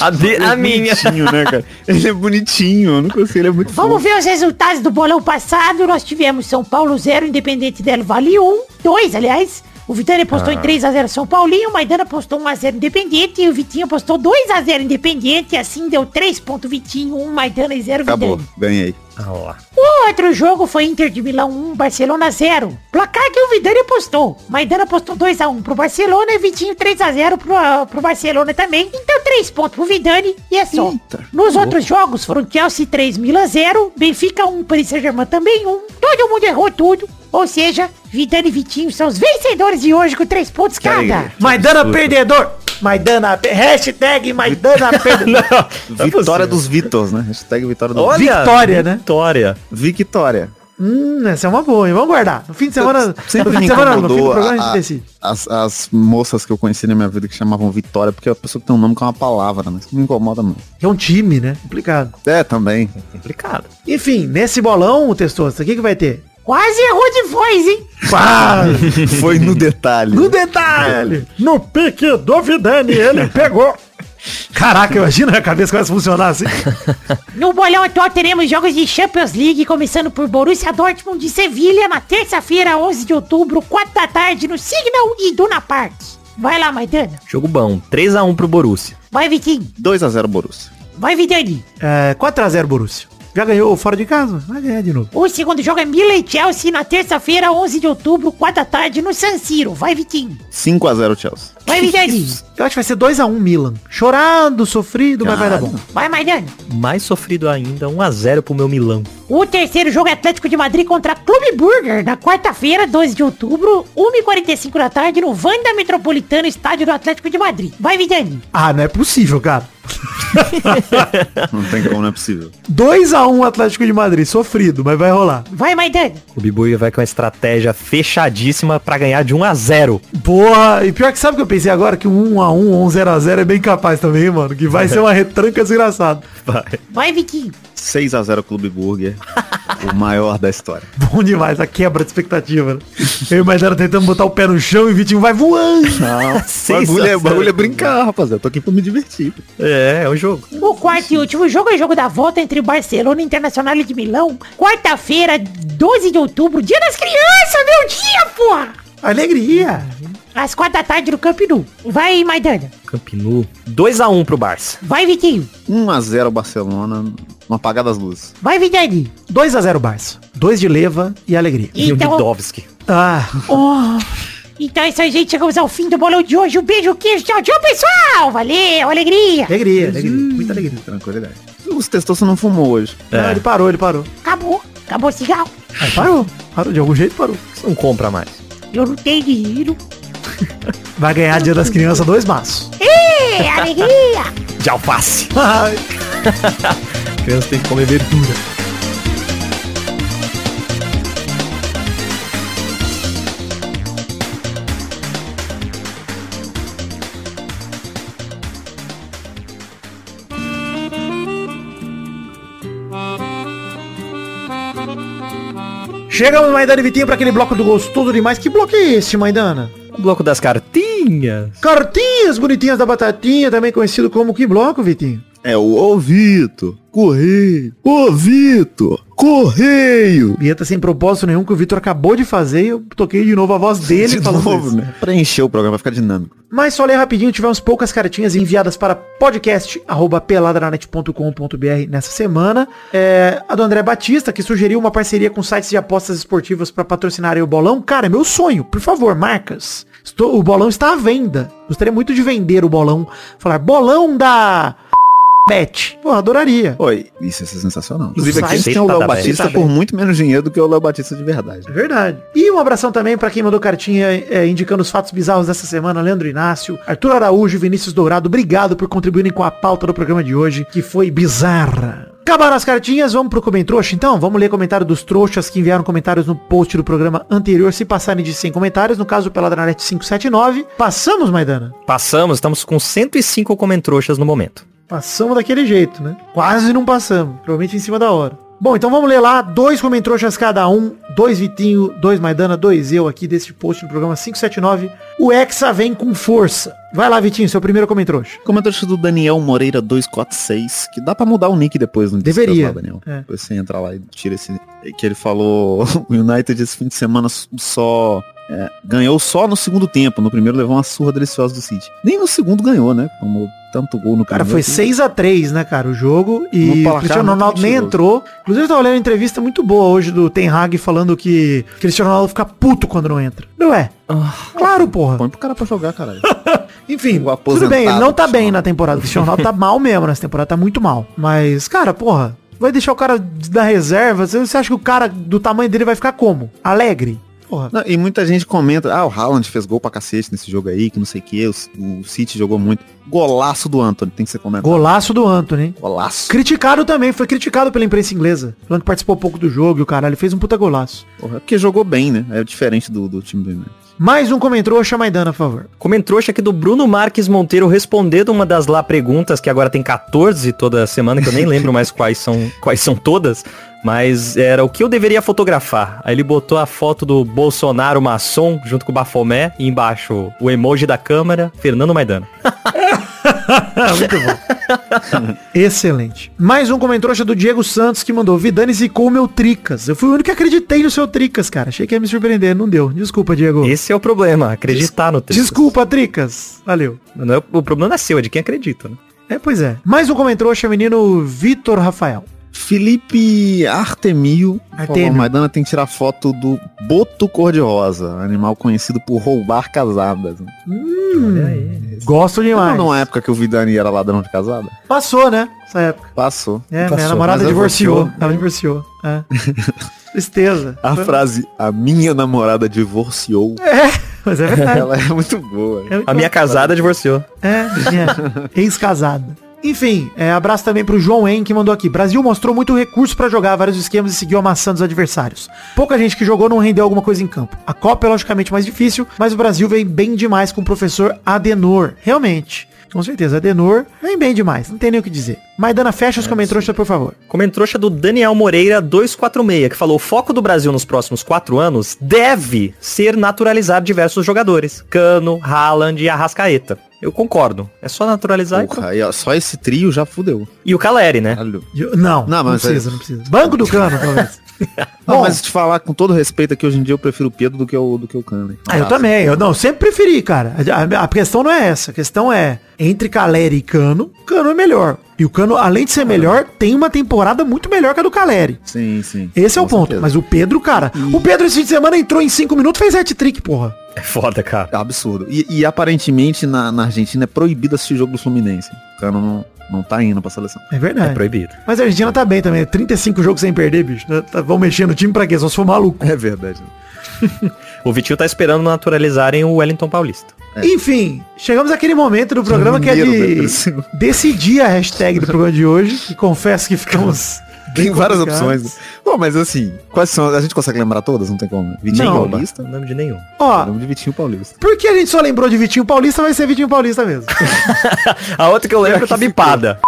S2: A, de, a minha.
S4: Bonitinho, né, cara? Ele é bonitinho, eu não consigo, ele é muito
S7: Vamos ver os resultados do bolão passado. Nós tivemos São Paulo 0, Independente Del Vale 1. 2, aliás. O Vitani postou em 3x0 São Paulinho, o Maidana postou 1x0 Independente e o Vitinho postou 2x0 Independente. Assim deu 3 pontos Vitinho, 1 Maidana e 0
S4: Acabou,
S7: Vitani.
S4: ganhei.
S2: Ah, lá.
S7: O outro jogo foi Inter de Milão 1, Barcelona 0. Placar que o Vidani postou. Maidana postou 2x1 pro Barcelona e Vitinho 3x0 pro, ah, pro Barcelona também. Então 3 pontos pro Vidani e é só.
S4: Eita.
S7: Nos outros jogos foram Chelsea 3, Milan 0, Benfica 1, Paris Saint-Germain também 1. Todo mundo errou tudo. Ou seja, Vidani e Vitinho são os vencedores de hoje com 3 pontos cada.
S4: alegria.
S3: Maidana perdedor! Maidana, pe- hashtag Maidana perdedor.
S2: Não é
S4: Vitória
S2: possível.
S4: dos Vitors, né? Hashtag vitória dos
S2: Olha,
S3: Vitória, né?
S2: Vitória.
S4: Victória.
S3: hum, essa é uma boa, hein? Vamos guardar. No fim de semana, no
S4: Sempre
S3: fim
S4: me
S3: de semana, no fim do
S4: incomodou
S3: programa a,
S4: a-
S3: gente
S4: a-
S3: decide.
S4: as, as moças que eu conheci na minha vida que chamavam Vitória, porque é a pessoa que tem um nome que é uma palavra, né? Isso me incomoda muito.
S3: É um time, né? Complicado.
S4: É, também.
S2: Complicado.
S3: Enfim, nesse bolão, o Testosta, o que, que vai ter?
S7: Quase errou de voz, hein?
S4: Foi no detalhe.
S3: No Um detalhe! No pique do Vidani, ele pegou. Caraca, imagina a cabeça começa a funcionar assim.
S7: No bolão atual teremos jogos de Champions League, começando por Borussia Dortmund e Sevilha na terça-feira, 11 de outubro, 4 da tarde, no Signal e Duna Park. Vai lá, Maidana.
S2: Jogo bom. 3x1 pro Borussia.
S7: Vai, Vitinho.
S4: 2x0 Borussia.
S7: Vai, Vidani.
S3: É, 4x0 Borussia. Já ganhou fora de casa? Vai ganhar de novo.
S7: O segundo jogo é Milan e Chelsea na terça-feira, 11 de outubro, 4 da tarde, no San Siro. Vai, Vitinho.
S4: 5x0 Chelsea.
S7: Vai, Vidani.
S3: Eu acho que vai ser 2x1 Milan. Chorado, sofrido, mas vai dar bom.
S7: Vai, Maidani.
S2: Mais sofrido ainda, 1x0 pro meu Milão.
S7: O terceiro jogo é Atlético de Madrid contra Clube Burger, na quarta-feira, 12 de outubro, 1h45 da tarde, no Vanda Metropolitano, estádio do Atlético de Madrid. Vai, Vidani.
S3: Ah, não é possível, cara.
S4: Não tem como, não é possível.
S3: 2x1 Atlético de Madrid, sofrido, mas vai rolar.
S7: Vai, Maidani.
S2: O Biburger vai com uma estratégia fechadíssima pra ganhar de 1x0.
S3: Boa, e pior que sabe o que eu pensei agora? Que um 1x1 ou um 0x0 é bem capaz também, mano. Que vai ser uma retranca desgraçada.
S2: Vai.
S7: Vai, Vitinho.
S4: 6x0 Clube Burger. o maior da história.
S3: Bom demais, a quebra de expectativa, né? Eu e o Maidana tentando botar o pé no chão e o Vitinho vai voando.
S4: Não,
S2: Seis
S4: bagulho, é,
S2: a zero.
S4: bagulho é brincar, rapaziada. Eu tô aqui pra me divertir.
S2: É, é um jogo.
S7: O quarto e último jogo é o jogo da volta entre o Barcelona e o Internacional de Milão. Quarta-feira, 12 de outubro, dia das crianças, meu dia, porra!
S3: Alegria.
S7: Às quatro da tarde no Camp Nou. Vai, Maidana.
S2: Campinu. 2x1 pro Barça.
S7: Vai, Vitinho.
S4: 1x0 Barcelona no apagar das luzes.
S7: Vai, Vidani.
S3: 2x0 Barça. 2 de leva e alegria.
S2: E o
S7: Então,
S2: Didovski.
S3: Ah,
S7: oh, então é isso aí, gente. Chegamos ao fim do bolão de hoje. Um beijo, queijo. Tchau, tchau, pessoal. Valeu, alegria.
S3: alegria, alegria. Muita alegria.
S4: Tranquilidade. Os testou se não fumou hoje.
S2: É.
S3: Não, ele parou, ele parou.
S7: Acabou. Acabou o cigarro.
S3: Aí parou. Parou, de algum jeito parou.
S2: Você não compra mais.
S7: Eu não tenho dinheiro.
S3: Vai ganhar Dia das Crianças dois maços.
S7: Ê, É alegria.
S2: De alface.
S3: Ai.
S2: criança tem que comer verdura.
S3: Chegamos, Maidana e Vitinho, pra aquele bloco do gostoso demais. Que bloco é esse, Maidana?
S2: O bloco das cartinhas.
S3: Cartinhas bonitinhas da batatinha, também conhecido como que bloco, Vitinho?
S4: É o Ô Vitor, correio, Ô Vitor, correio.
S3: Vinheta sem propósito nenhum que o Vitor acabou de fazer e eu toquei de novo a voz dele
S4: De
S3: falando
S4: novo,
S3: isso.
S4: né? Preencheu o programa, vai ficar dinâmico.
S3: Mas só ler rapidinho, tivemos poucas cartinhas enviadas para podcast@peladranet.com.br nessa semana. É, a do André Batista, que sugeriu uma parceria com sites de apostas esportivas para patrocinarem o bolão. Cara, é meu sonho, por favor, marcas. Estou- o bolão está à venda. Gostaria muito de vender o bolão. Falar, bolão da... Bet. Pô, adoraria.
S4: Oi, isso é sensacional. Inclusive
S3: Sai
S4: aqui a gente
S2: da
S4: tem o Léo
S2: bem,
S4: Batista
S3: sai da
S4: por muito menos dinheiro do que o Léo Batista de verdade.
S3: É Verdade. E um abração também pra quem mandou cartinha é, indicando os fatos bizarros dessa semana, Leandro Inácio, Arthur Araújo, e Vinícius Dourado, obrigado por contribuírem com a pauta do programa de hoje, que foi bizarra. Acabaram as cartinhas, vamos pro Comentrouxa então? Vamos ler comentário dos trouxas que enviaram comentários no post do programa anterior, se passarem de 100 comentários, no caso pela Dranet 579. Passamos, Maidana?
S2: Passamos, estamos com 105 comentrouxas no momento.
S3: Passamos daquele jeito, né? Quase não passamos. Provavelmente em cima da hora. Bom, então vamos ler lá. Dois comentroxas cada um. Dois Vitinho, dois Maidana, dois eu aqui desse post do programa 579. O Hexa vem com força. Vai lá, Vitinho, seu primeiro comentroxa.
S4: Comentário do Daniel Moreira 246, que dá pra mudar o nick depois, não
S3: Deveria.
S4: Lá, Daniel.
S3: É.
S4: Depois você entra lá e tira esse... Que ele falou, o United esse fim de semana só... é, ganhou só no segundo tempo, no primeiro levou uma surra deliciosa do City. Nem no segundo ganhou, né? Tomou tanto gol no
S3: Cara,
S4: primeiro
S3: foi
S4: que-
S3: 6 a 3 né, cara, o jogo.
S4: No
S3: E o
S4: placar,
S3: Cristiano
S4: muito
S3: Ronaldo nem
S4: mentiroso.
S3: entrou. Inclusive, eu tava olhando uma entrevista muito boa hoje do Ten Hag falando que Cristiano Ronaldo fica puto quando não entra. Não é?
S4: Ah.
S3: Claro, porra.
S4: Põe pro cara pra jogar, caralho.
S3: Enfim,
S4: O
S3: tudo
S4: aposentado
S3: bem, ele não tá
S4: Cristiano.
S3: bem na temporada. O Cristiano Ronaldo tá mal mesmo nessa temporada, tá muito mal. Mas, cara, porra, vai deixar o cara da reserva? Você você acha que o cara do tamanho dele vai ficar como? Alegre? Porra.
S4: Não, e muita gente comenta, ah, o Haaland fez gol pra cacete nesse jogo aí, que não sei o que, o, o City jogou muito. Golaço do Anthony, tem que ser comentado.
S3: Golaço do Anthony, hein?
S4: Golaço.
S3: Criticado também, foi criticado pela imprensa inglesa. Falando que participou pouco do jogo e o caralho, fez um puta golaço.
S4: Porra, é porque jogou bem, né? É diferente do, do time do United.
S3: Mais um comentou, chama a Maidana, por favor.
S2: Comentrouxa aqui do Bruno Marques Monteiro respondendo uma das lá perguntas, que agora tem 14 toda semana, que eu nem lembro mais quais são, quais são todas, mas era o que eu deveria fotografar. Aí ele botou a foto do Bolsonaro maçom junto com o Bafomé, e embaixo o emoji da câmera, Fernando Maidana.
S3: Ah, Excelente. Mais um comentrouxa do Diego Santos que mandou Vidani zicou o meu Tricas. Eu fui o único que acreditei no seu Tricas, cara. Achei que ia me surpreender, não deu. Desculpa, Diego.
S2: Esse é o problema, acreditar no texto.
S3: Desculpa, Tricas. Valeu.
S2: Não é- o problema não é seu, é de quem acredita, né?
S3: É, pois é. Mais um comentário, menino Vitor Rafael.
S4: Felipe Artemio.
S3: Artemio.
S4: Falou, Maidana tem que tirar foto do boto cor-de-rosa, animal conhecido por roubar casadas.
S3: Gosto demais.
S4: Não, não é época que o Vidani era ladrão de casada?
S3: Passou, né? Essa época.
S4: Passou.
S3: É, minha
S4: Passou,
S3: namorada
S4: mas
S3: divorciou.
S4: divorciou.
S3: Ela divorciou. É. Tristeza.
S4: A frase, a minha namorada divorciou,
S3: Mas é verdade.
S4: ela é muito boa.
S3: É muito
S2: A minha casada divorciou.
S3: É, minha ex-casada. Enfim, é, abraço também pro João En que mandou aqui. Brasil mostrou muito recurso pra jogar vários esquemas e seguiu amassando os adversários. Pouca gente que jogou não rendeu alguma coisa em campo. A Copa é logicamente mais difícil, mas o Brasil vem bem demais com o professor Adenor. Realmente. Com certeza, Adenor vem bem demais. Não tem nem o que dizer. Maidana,
S4: É,
S3: fecha os comentários, por favor.
S2: Comentrouxa do Daniel Moreira 246, que falou: o foco do Brasil nos próximos quatro anos deve ser naturalizar diversos jogadores. Cano, Haaland e Arrascaeta. Eu concordo. É só naturalizar e pronto.
S4: Porra, aí, ó, só esse trio já fudeu.
S2: e o Caleri, né?
S4: Caralho.
S3: Eu- Não, não,
S4: Não, mas
S3: precisa,
S4: é-
S3: não precisa. Banco do Cano, talvez.
S4: Não,
S3: Bom,
S4: mas te falar com todo respeito aqui, hoje em dia eu prefiro o Pedro do que o, do que o Cano.
S3: Ah, eu também. Eu não, sempre preferi, cara. A, a- a questão não é essa. A questão é, entre Caleri e Cano, Cano é melhor. E o Cano, além de ser melhor, tem uma temporada muito melhor que a do Caleri.
S4: Sim, sim.
S3: Esse é o
S4: Com
S3: ponto.
S4: certeza.
S3: Mas o Pedro, cara, o Pedro esse fim de semana entrou em 5 minutos fez hat-trick, porra.
S2: É foda, cara.
S4: É absurdo. E, e aparentemente na, na Argentina é proibido assistir o jogo do Fluminense. O Cano não, não tá indo pra seleção.
S3: É verdade.
S2: É proibido.
S3: Mas a Argentina tá bem também. 35 jogos sem perder, bicho. Tá- Vão mexer no time pra quê? Só se for maluco.
S4: É verdade.
S2: O Vitinho tá esperando naturalizarem o Wellington Paulista.
S3: Enfim, chegamos àquele momento do programa que é
S4: Mineiro,
S3: de
S4: Pedro.
S3: decidir a hashtag do programa de hoje. E confesso que ficamos...
S4: Tem
S3: bem
S4: várias
S3: complicados.
S4: opções. Bom, mas assim, quais são? A gente consegue lembrar todas? Não tem como. Vitinho
S3: Não.
S4: Paulista?
S2: Não lembro de nenhum.
S3: Ó,
S4: Nome de Vitinho Paulista.
S3: Porque a gente só lembrou de Vitinho Paulista, vai ser Vitinho Paulista mesmo.
S2: A outra que eu lembro tá bipada.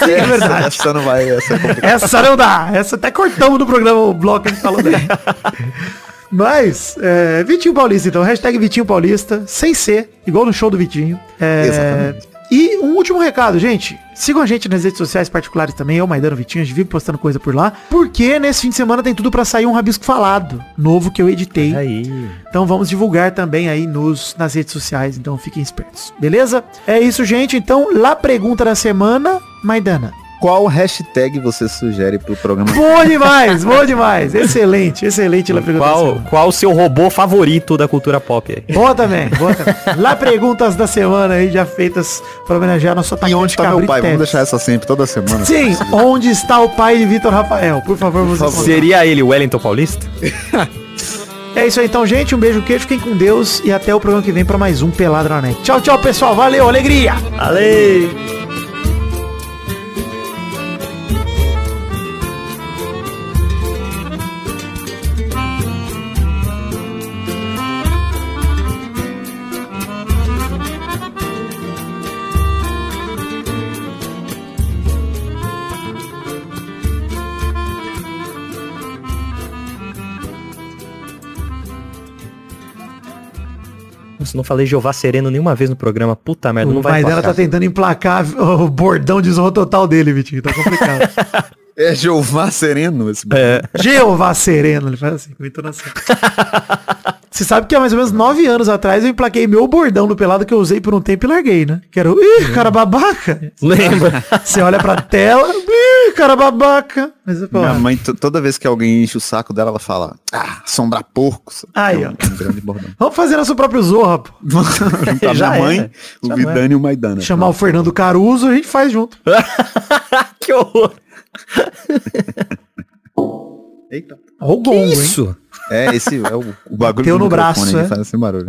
S4: é verdade. Essa não vai, essa é complicada.
S3: Essa não dá. Essa até cortamos do programa o bloco que a gente falou dele. Mas, é, Vitinho Paulista, então. Hashtag Vitinho Paulista, sem ser, igual no show do Vitinho. É,
S4: Exatamente.
S3: E um último recado, gente. Sigam a gente nas redes sociais particulares também, eu, Maidano Vitinho, a gente vive postando coisa por lá. Porque nesse fim de semana tem tudo pra sair um Rabisco Falado, novo que eu editei.
S2: Aí.
S3: Então vamos divulgar também aí nos, nas redes sociais, então fiquem espertos, beleza? É isso, gente. Então, lá pergunta da semana, Maidana.
S4: Qual hashtag você sugere pro programa?
S3: Bom demais, bom demais. Excelente, excelente lá pergunta da
S2: Qual,
S3: semana.
S2: qual o seu robô favorito da cultura pop aí?
S3: Boa também, boa também. Lá perguntas da semana aí já feitas pra homenagear nosso atacante
S4: E onde tá meu
S3: Cabrito
S4: pai? Vamos
S3: Teves.
S4: deixar essa sempre, toda semana.
S3: Sim, onde está o pai de Vitor Rafael? Por favor, você
S2: Seria ele o Wellington Paulista?
S3: É isso aí então, gente. Um beijo, queijo, fiquem com Deus e até o programa que vem pra mais um Pelado na Net. Tchau, tchau, pessoal. Valeu, alegria!
S2: Ale! Nossa, não falei Jeová Sereno nenhuma vez no programa. Puta merda, É, não vai
S3: Mas ela
S2: emplacar.
S3: tá tentando emplacar o bordão de zorro total dele, Vitinho. Tá complicado.
S4: É Jeová Sereno esse
S2: É,
S3: Jeová sereno, ele faz assim, com entonação. Você sabe que há mais ou menos nove anos atrás eu emplaquei meu bordão do pelado que eu usei por um tempo e larguei, né? Que era o Ih,
S2: É.
S3: cara babaca.
S2: lembra?
S3: Você olha pra tela, Ih, cara babaca. Mas, pô,
S4: Minha mãe, to- toda vez que alguém enche o saco dela, ela fala, ah, assombrar porcos.
S3: Aí,
S4: é um,
S3: ó.
S4: um grande bordão.
S3: Vamos fazer nosso próprio Zorra, pô.
S4: Pra
S2: Já
S4: minha mãe,
S2: era.
S4: o
S2: Já
S4: Vidani e o Maidana.
S3: Chamar o Fernando Caruso, a gente faz junto.
S2: que horror!
S4: Eita.
S3: Ó o gongo, hein?
S2: Isso!
S4: É, esse é o, o bagulho
S3: Teu no
S4: microfone
S3: braço,
S4: aí,
S3: é.
S4: faz esse barulho.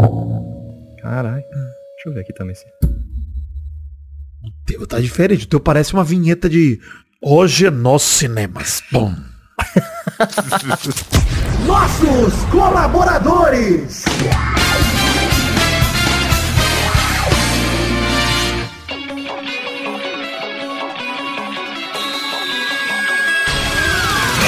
S2: Caralho. Deixa eu ver aqui também. se-
S3: O teu tá diferente, o teu parece uma vinheta de Hoje é nós cinemas. Bom. Nossos colaboradores!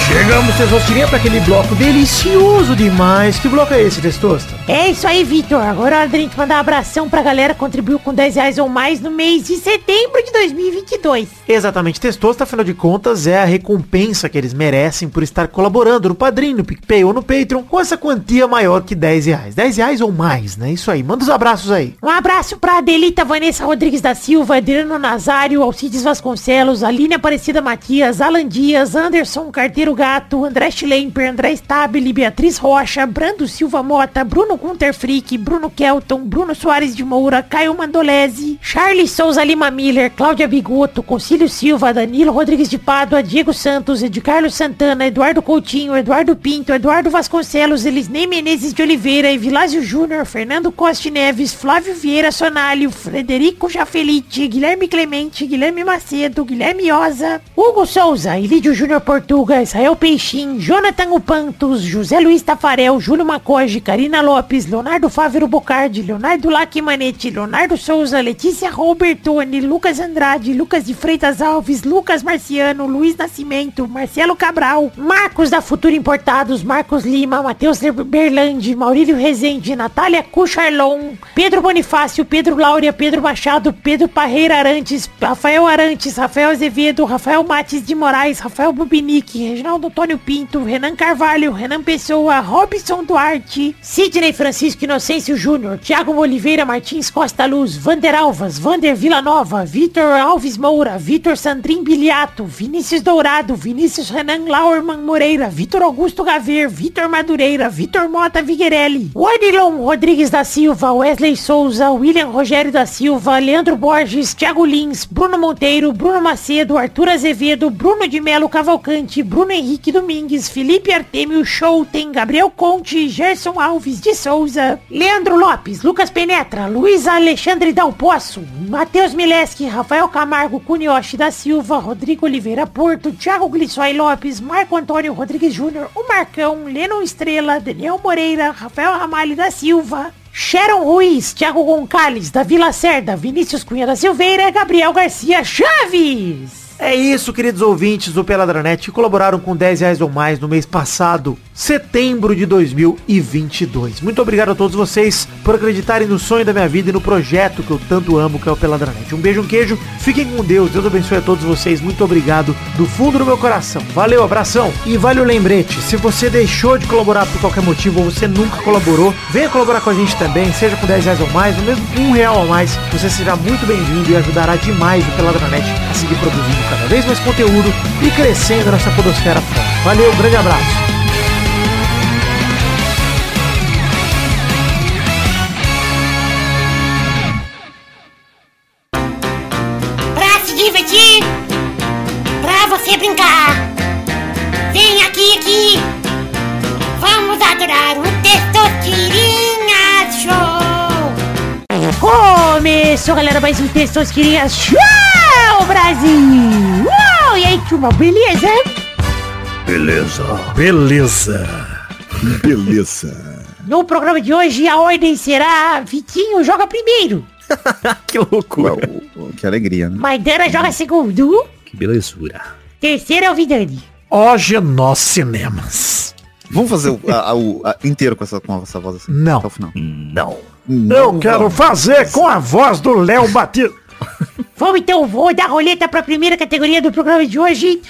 S6: Chegou
S3: Chegamos, Testosterinha, para aquele bloco delicioso demais. Que bloco é esse, Testosta?
S7: É isso aí, Vitor. Agora é hora da gente mandar um abração pra galera que contribuiu com 10 reais ou mais no mês de setembro de 2022.
S3: Exatamente, Testosta, afinal de contas, é a recompensa que eles merecem por estar colaborando no Padrim, no PicPay ou no Patreon com essa quantia maior que 10 reais. 10 reais ou mais, né? Isso aí. Manda os abraços aí.
S7: Um abraço pra Adelita Vanessa Rodrigues da Silva, Adriano Nazário, Alcides Vasconcelos, Aline Aparecida Matias, Alan Dias, Anderson Carteiro Gato, André Schlemper, André Stabile, Beatriz Rocha, Brando Silva Mota, Bruno Gunter Frick, Bruno Kelton, Bruno Soares de Moura, Caio Mandolese, Charles Souza Lima Miller, Cláudia Bigoto, Concílio Silva, Danilo Rodrigues de Pádua, Diego Santos, Ed Carlos Santana, Eduardo Coutinho, Eduardo Pinto, Eduardo Vasconcelos, Elisnei Menezes de Oliveira, Evilásio Júnior, Fernando Costa Neves, Flávio Vieira Sonalho, Frederico Jafelite, Guilherme Clemente, Guilherme Macedo, Guilherme Oza, Hugo Souza, Elídio Júnior Portuga, Israel Peixinho, Jonathan Upantos, José Luiz Tafarel, Júlio Macoge, Karina Lopes, Leonardo Fávero Bocardi, Leonardo Lacimanete, Leonardo Souza, Letícia Robertoni, Lucas Andrade, Lucas de Freitas Alves, Lucas Marciano, Luiz Nascimento, Marcelo Cabral, Marcos da Futura Importados, Marcos Lima, Matheus Berlandi, Maurílio Rezende, Natália Cucharlon, Pedro Bonifácio, Pedro Laura, Pedro Machado, Pedro Parreira Arantes, Rafael Arantes, Rafael Azevedo, Rafael Mates de Moraes, Rafael Bubinique, Reginaldo Antônio Pinto, Renan Carvalho, Renan Pessoa, Robson Duarte, Sidney Francisco Inocêncio Júnior, Thiago Oliveira Martins Costa Luz, Vander Alvas, Vander Vila Nova, Vitor Alves Moura, Vitor Sandrin Biliato, Vinícius Dourado, Vinícius Renan Lauerman Moreira, Vitor Augusto Gaver, Vitor Madureira, Vitor Mota Viguerelli, Wadilon Rodrigues da Silva, Wesley Souza, William Rogério da Silva, Leandro Borges, Thiago Lins, Bruno Monteiro, Bruno Macedo, Arthur Azevedo, Bruno de Melo Cavalcante, Bruno Henrique Domingues, Felipe Artemio Schouten, Gabriel Conte, Gerson Alves de Souza, Leandro Lopes, Lucas Penetra, Luiz Alexandre Dal Poço, Matheus Mileski, Rafael Camargo Cunioche da Silva, Rodrigo Oliveira Porto, Thiago Glissói Lopes, Marco Antônio Rodrigues Júnior, o Marcão, Lennon Estrela, Daniel Moreira, Rafael Ramalho da Silva, Sharon Ruiz, Thiago Goncalves, Davi Lacerda, Vinícius Cunha da Silveira, Gabriel Garcia Chaves.
S3: É isso, queridos ouvintes do Peladranet, que colaboraram com 10 reais ou mais no mês passado, setembro de 2022. Muito obrigado a todos vocês por acreditarem no sonho da minha vida e no projeto que eu tanto amo, que é o Peladranet. Um beijo, um queijo, fiquem com Deus, Deus abençoe a todos vocês, muito obrigado do fundo do meu coração. Valeu, abração e vale o lembrete, se você deixou de colaborar por qualquer motivo ou você nunca colaborou, venha colaborar com a gente também, seja com 10 reais ou mais, ou mesmo com um real a mais, você será muito bem-vindo e ajudará demais o Peladranet a seguir produzindo cada vez mais conteúdo e crescendo nossa podosfera fora. Valeu, grande abraço!
S5: Pra se divertir, pra você brincar. Vem aqui, aqui. Vamos adorar o
S7: um
S5: Testosterinha Show.
S7: Começou, galera, mais um Textos Querias Show Brasil! Uau, e aí, turma, beleza?
S4: Beleza.
S7: No programa de hoje, a ordem será Vitinho joga primeiro,
S2: que loucura.
S4: Uau, É que alegria, né?
S7: Maidana joga segundo,
S2: Que belezura.
S7: terceiro é o Vidani.
S3: Hoje nós cinemas.
S4: Vamos fazer o, a- a- o- a- inteiro com essa, com essa voz assim?
S3: Não.
S4: Até o final.
S2: Não.
S3: Eu quero fazer com a voz do Léo Batista.
S7: Vamos então, vou dar roleta para a primeira categoria do programa de hoje.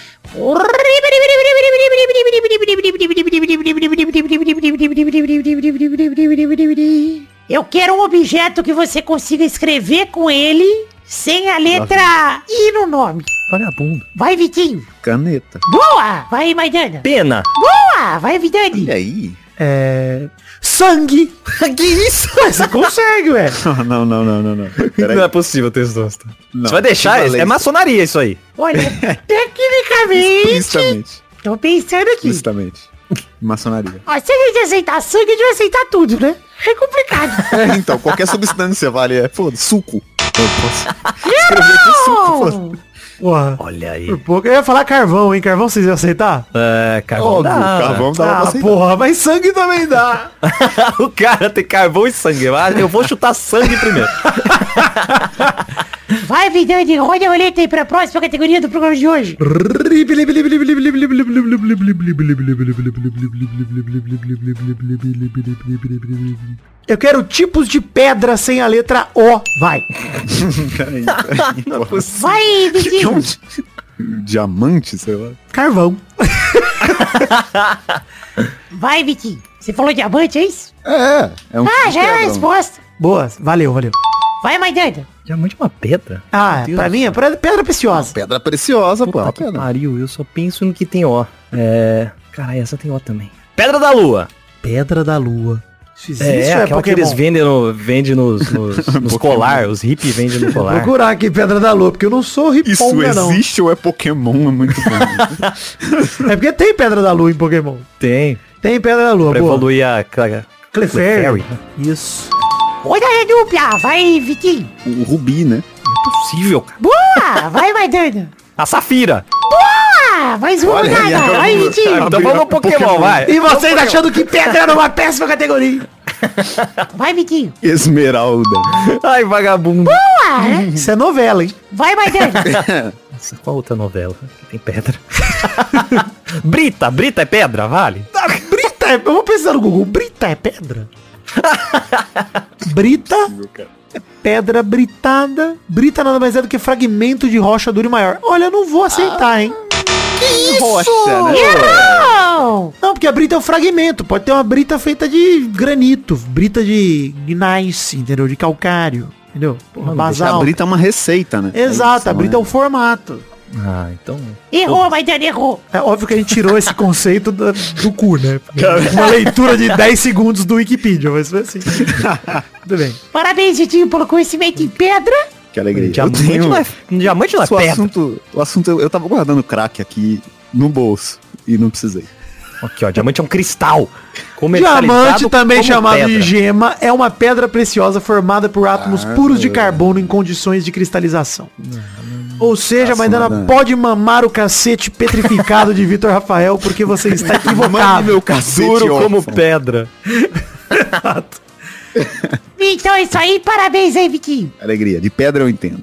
S7: Eu quero um objeto que você consiga escrever com ele sem a letra I no nome.
S2: Vagabundo.
S7: Vai, Vitinho.
S4: Caneta.
S7: Boa! Vai, Maidana.
S2: Pena.
S7: Boa! Vai, Vidani.
S4: E aí?
S3: É. Sangue! que isso? Você consegue, ué.
S4: não, não, não, não, não. Peraí.
S2: Não é possível ter Testosta.
S4: Não.
S2: Você vai deixar?
S4: Valência.
S2: É maçonaria isso aí.
S7: Olha, tecnicamente,
S4: Explicitamente.
S7: tô pensando aqui.
S4: Explicitamente. Maçonaria.
S7: Ó, Se a gente aceitar sangue, a gente vai aceitar tudo, né? É complicado.
S4: É, então, qualquer substância vale. É, pô, suco. Eu posso escrever aqui suco. pô.
S3: Porra.
S2: Olha aí.
S4: Hum.
S3: Por pouco. Eu ia falar carvão, hein? Carvão vocês iam aceitar?
S2: É, carvão.
S4: Óbvio,
S2: dá.
S4: carvão dá pra
S3: Ah,
S4: aceitar.
S3: porra, mas sangue também dá.
S2: o cara tem carvão e sangue. Ah, Eu vou chutar sangue primeiro.
S7: Vai, Vidani, roda a roleta aí pra próxima categoria do programa de hoje.
S3: Eu quero tipos de pedra sem a letra O. Vai.
S4: Peraí, peraí, pô.
S7: Vai,
S4: né? Que é
S7: Vidinho.
S4: um di- Diamante, sei lá.
S3: Carvão.
S7: Vai, Vitinho. Você falou diamante, é isso?
S4: É, é um
S7: Ah,
S4: tipo de
S7: já é a
S4: pedra, mano.
S7: resposta.
S3: Boa. Valeu, valeu.
S7: Vai, Maidana.
S2: Diamante é uma pedra?
S3: Ah,
S2: Meu Deus.
S3: pra mim é pedra, pedra preciosa.
S4: Pedra preciosa, pô. é
S2: Puta
S4: uma
S2: que
S4: pedra.
S2: pariu, eu só penso no que tem ó. É... Caralho, essa tem ó também. Pedra da Lua.
S3: Pedra da lua. Isso
S2: É,
S3: existe
S2: é
S3: ou é
S2: aquela que eles
S3: Pokémon?
S2: vendem, no, vendem nos, nos, nos colar, os hippies vendem no
S3: Vou
S2: colar.
S3: Procurar aqui Pedra da Lua, porque eu não sou
S4: Isso
S3: riponga, não.
S4: existe ou é Pokémon? É muito bom.
S3: É porque tem Pedra da Lua em Pokémon.
S2: Tem,
S3: Tem Pedra da Lua,
S2: pra
S3: boa.
S2: evoluir a... a-
S3: Clefairy.
S2: Clefairy.
S3: Isso.
S7: Rodada dupla. Vai, Vitinho.
S4: o Rubi, né?
S2: Possível, cara.
S7: Boa. Vai, Maidana.
S2: A Safira.
S7: Ah, mais uma
S4: Olha aí,
S7: rodada.
S4: agora
S7: Vai,
S4: eu vou-
S7: Vitinho.
S2: Então vamos no Pokémon, vai.
S3: E vocês achando que pedra era uma péssima categoria?
S7: Vai, Vitinho.
S4: Esmeralda.
S2: Ai, vagabundo.
S7: Ah, né?
S3: Isso é novela, hein?
S7: Vai, Maidana.
S2: Nossa, qual outra novela que tem pedra? Brita, Brita é pedra, vale?
S3: Ah, Brita é... Eu vou pensar no Google. Brita é pedra? Brita é pedra britada. Brita nada mais é do que fragmento de rocha dura e maior. Olha, eu não vou aceitar, hein?
S4: Rocha, né?
S7: Não.
S3: Não, porque a brita é um fragmento. Pode ter uma brita feita de granito, brita de gneiss, entendeu? De calcário, entendeu? Porra,
S4: A
S3: basal.
S4: brita é uma receita, né?
S3: Exato, a brita é
S4: é
S3: um formato.
S2: Ah, então...
S7: Errou, Maidana, errou.
S3: É óbvio que a gente tirou esse conceito do, do cu, né? Uma leitura de 10 segundos do Wikipedia, mas foi assim. Tudo bem.
S7: Parabéns, Vitinho, pelo conhecimento em pedra.
S4: um... Que alegria.
S2: Diamante
S4: Eu tenho-
S2: não é, diamante não é
S4: o
S2: pedra.
S4: assunto, o assunto, eu, eu tava guardando crack aqui no bolso e não precisei.
S2: Aqui, ó, diamante é um cristal. comercializado
S3: Diamante, também
S2: como
S3: chamado de
S2: pedra.
S3: gema, é uma pedra preciosa formada por átomos
S4: Ah,
S3: puros
S4: é.
S3: de carbono em condições de cristalização. Ou seja,
S4: Nossa,
S3: Maidana
S4: Maidana.
S3: pode mamar o cacete petrificado de Vitor Rafael porque você está
S4: Mande
S3: equivocado.
S4: meu cacete,
S2: Duro como
S4: Orson.
S2: pedra.
S7: Então é isso aí, parabéns aí, Vitinho.
S4: Alegria, de pedra eu entendo.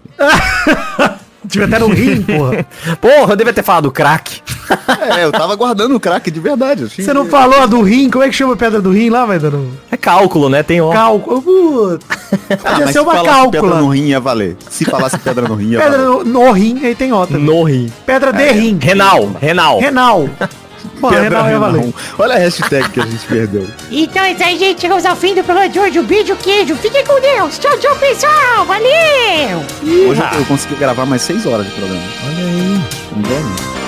S3: Tive até no rim, porra.
S2: Porra, eu devia ter falado crack.
S4: É, eu tava guardando o crack de verdade. eu tinha-
S3: Você não falou a do rim? Como é que chama a pedra do rim lá, Maidana?
S2: É cálculo, né? Tem ó.
S3: Cálculo. Uh, Putz.
S4: Ah,
S3: Podia
S4: mas
S3: ser
S4: se
S3: uma
S4: falasse Pedra no
S3: cálcula.
S4: rim ia valer. Se falasse pedra no rim ia
S3: Pedra no,
S4: valer.
S3: no rim, aí tem outra.
S2: No rim.
S3: Pedra de rim.
S2: Hum. É, Renal, renal.
S3: Renal. Pô,
S4: Pedra
S3: renal ia
S4: renal.
S3: valer.
S4: Olha a hashtag que a gente perdeu.
S7: Então é isso aí, gente. Chegamos ao fim do programa de hoje. Um beijo, queijo. Fiquem com Deus. Tchau, tchau, pessoal. Valeu.
S4: Hoje eu- eu consegui gravar mais 6 horas de programa. Olha aí. Tá vendo?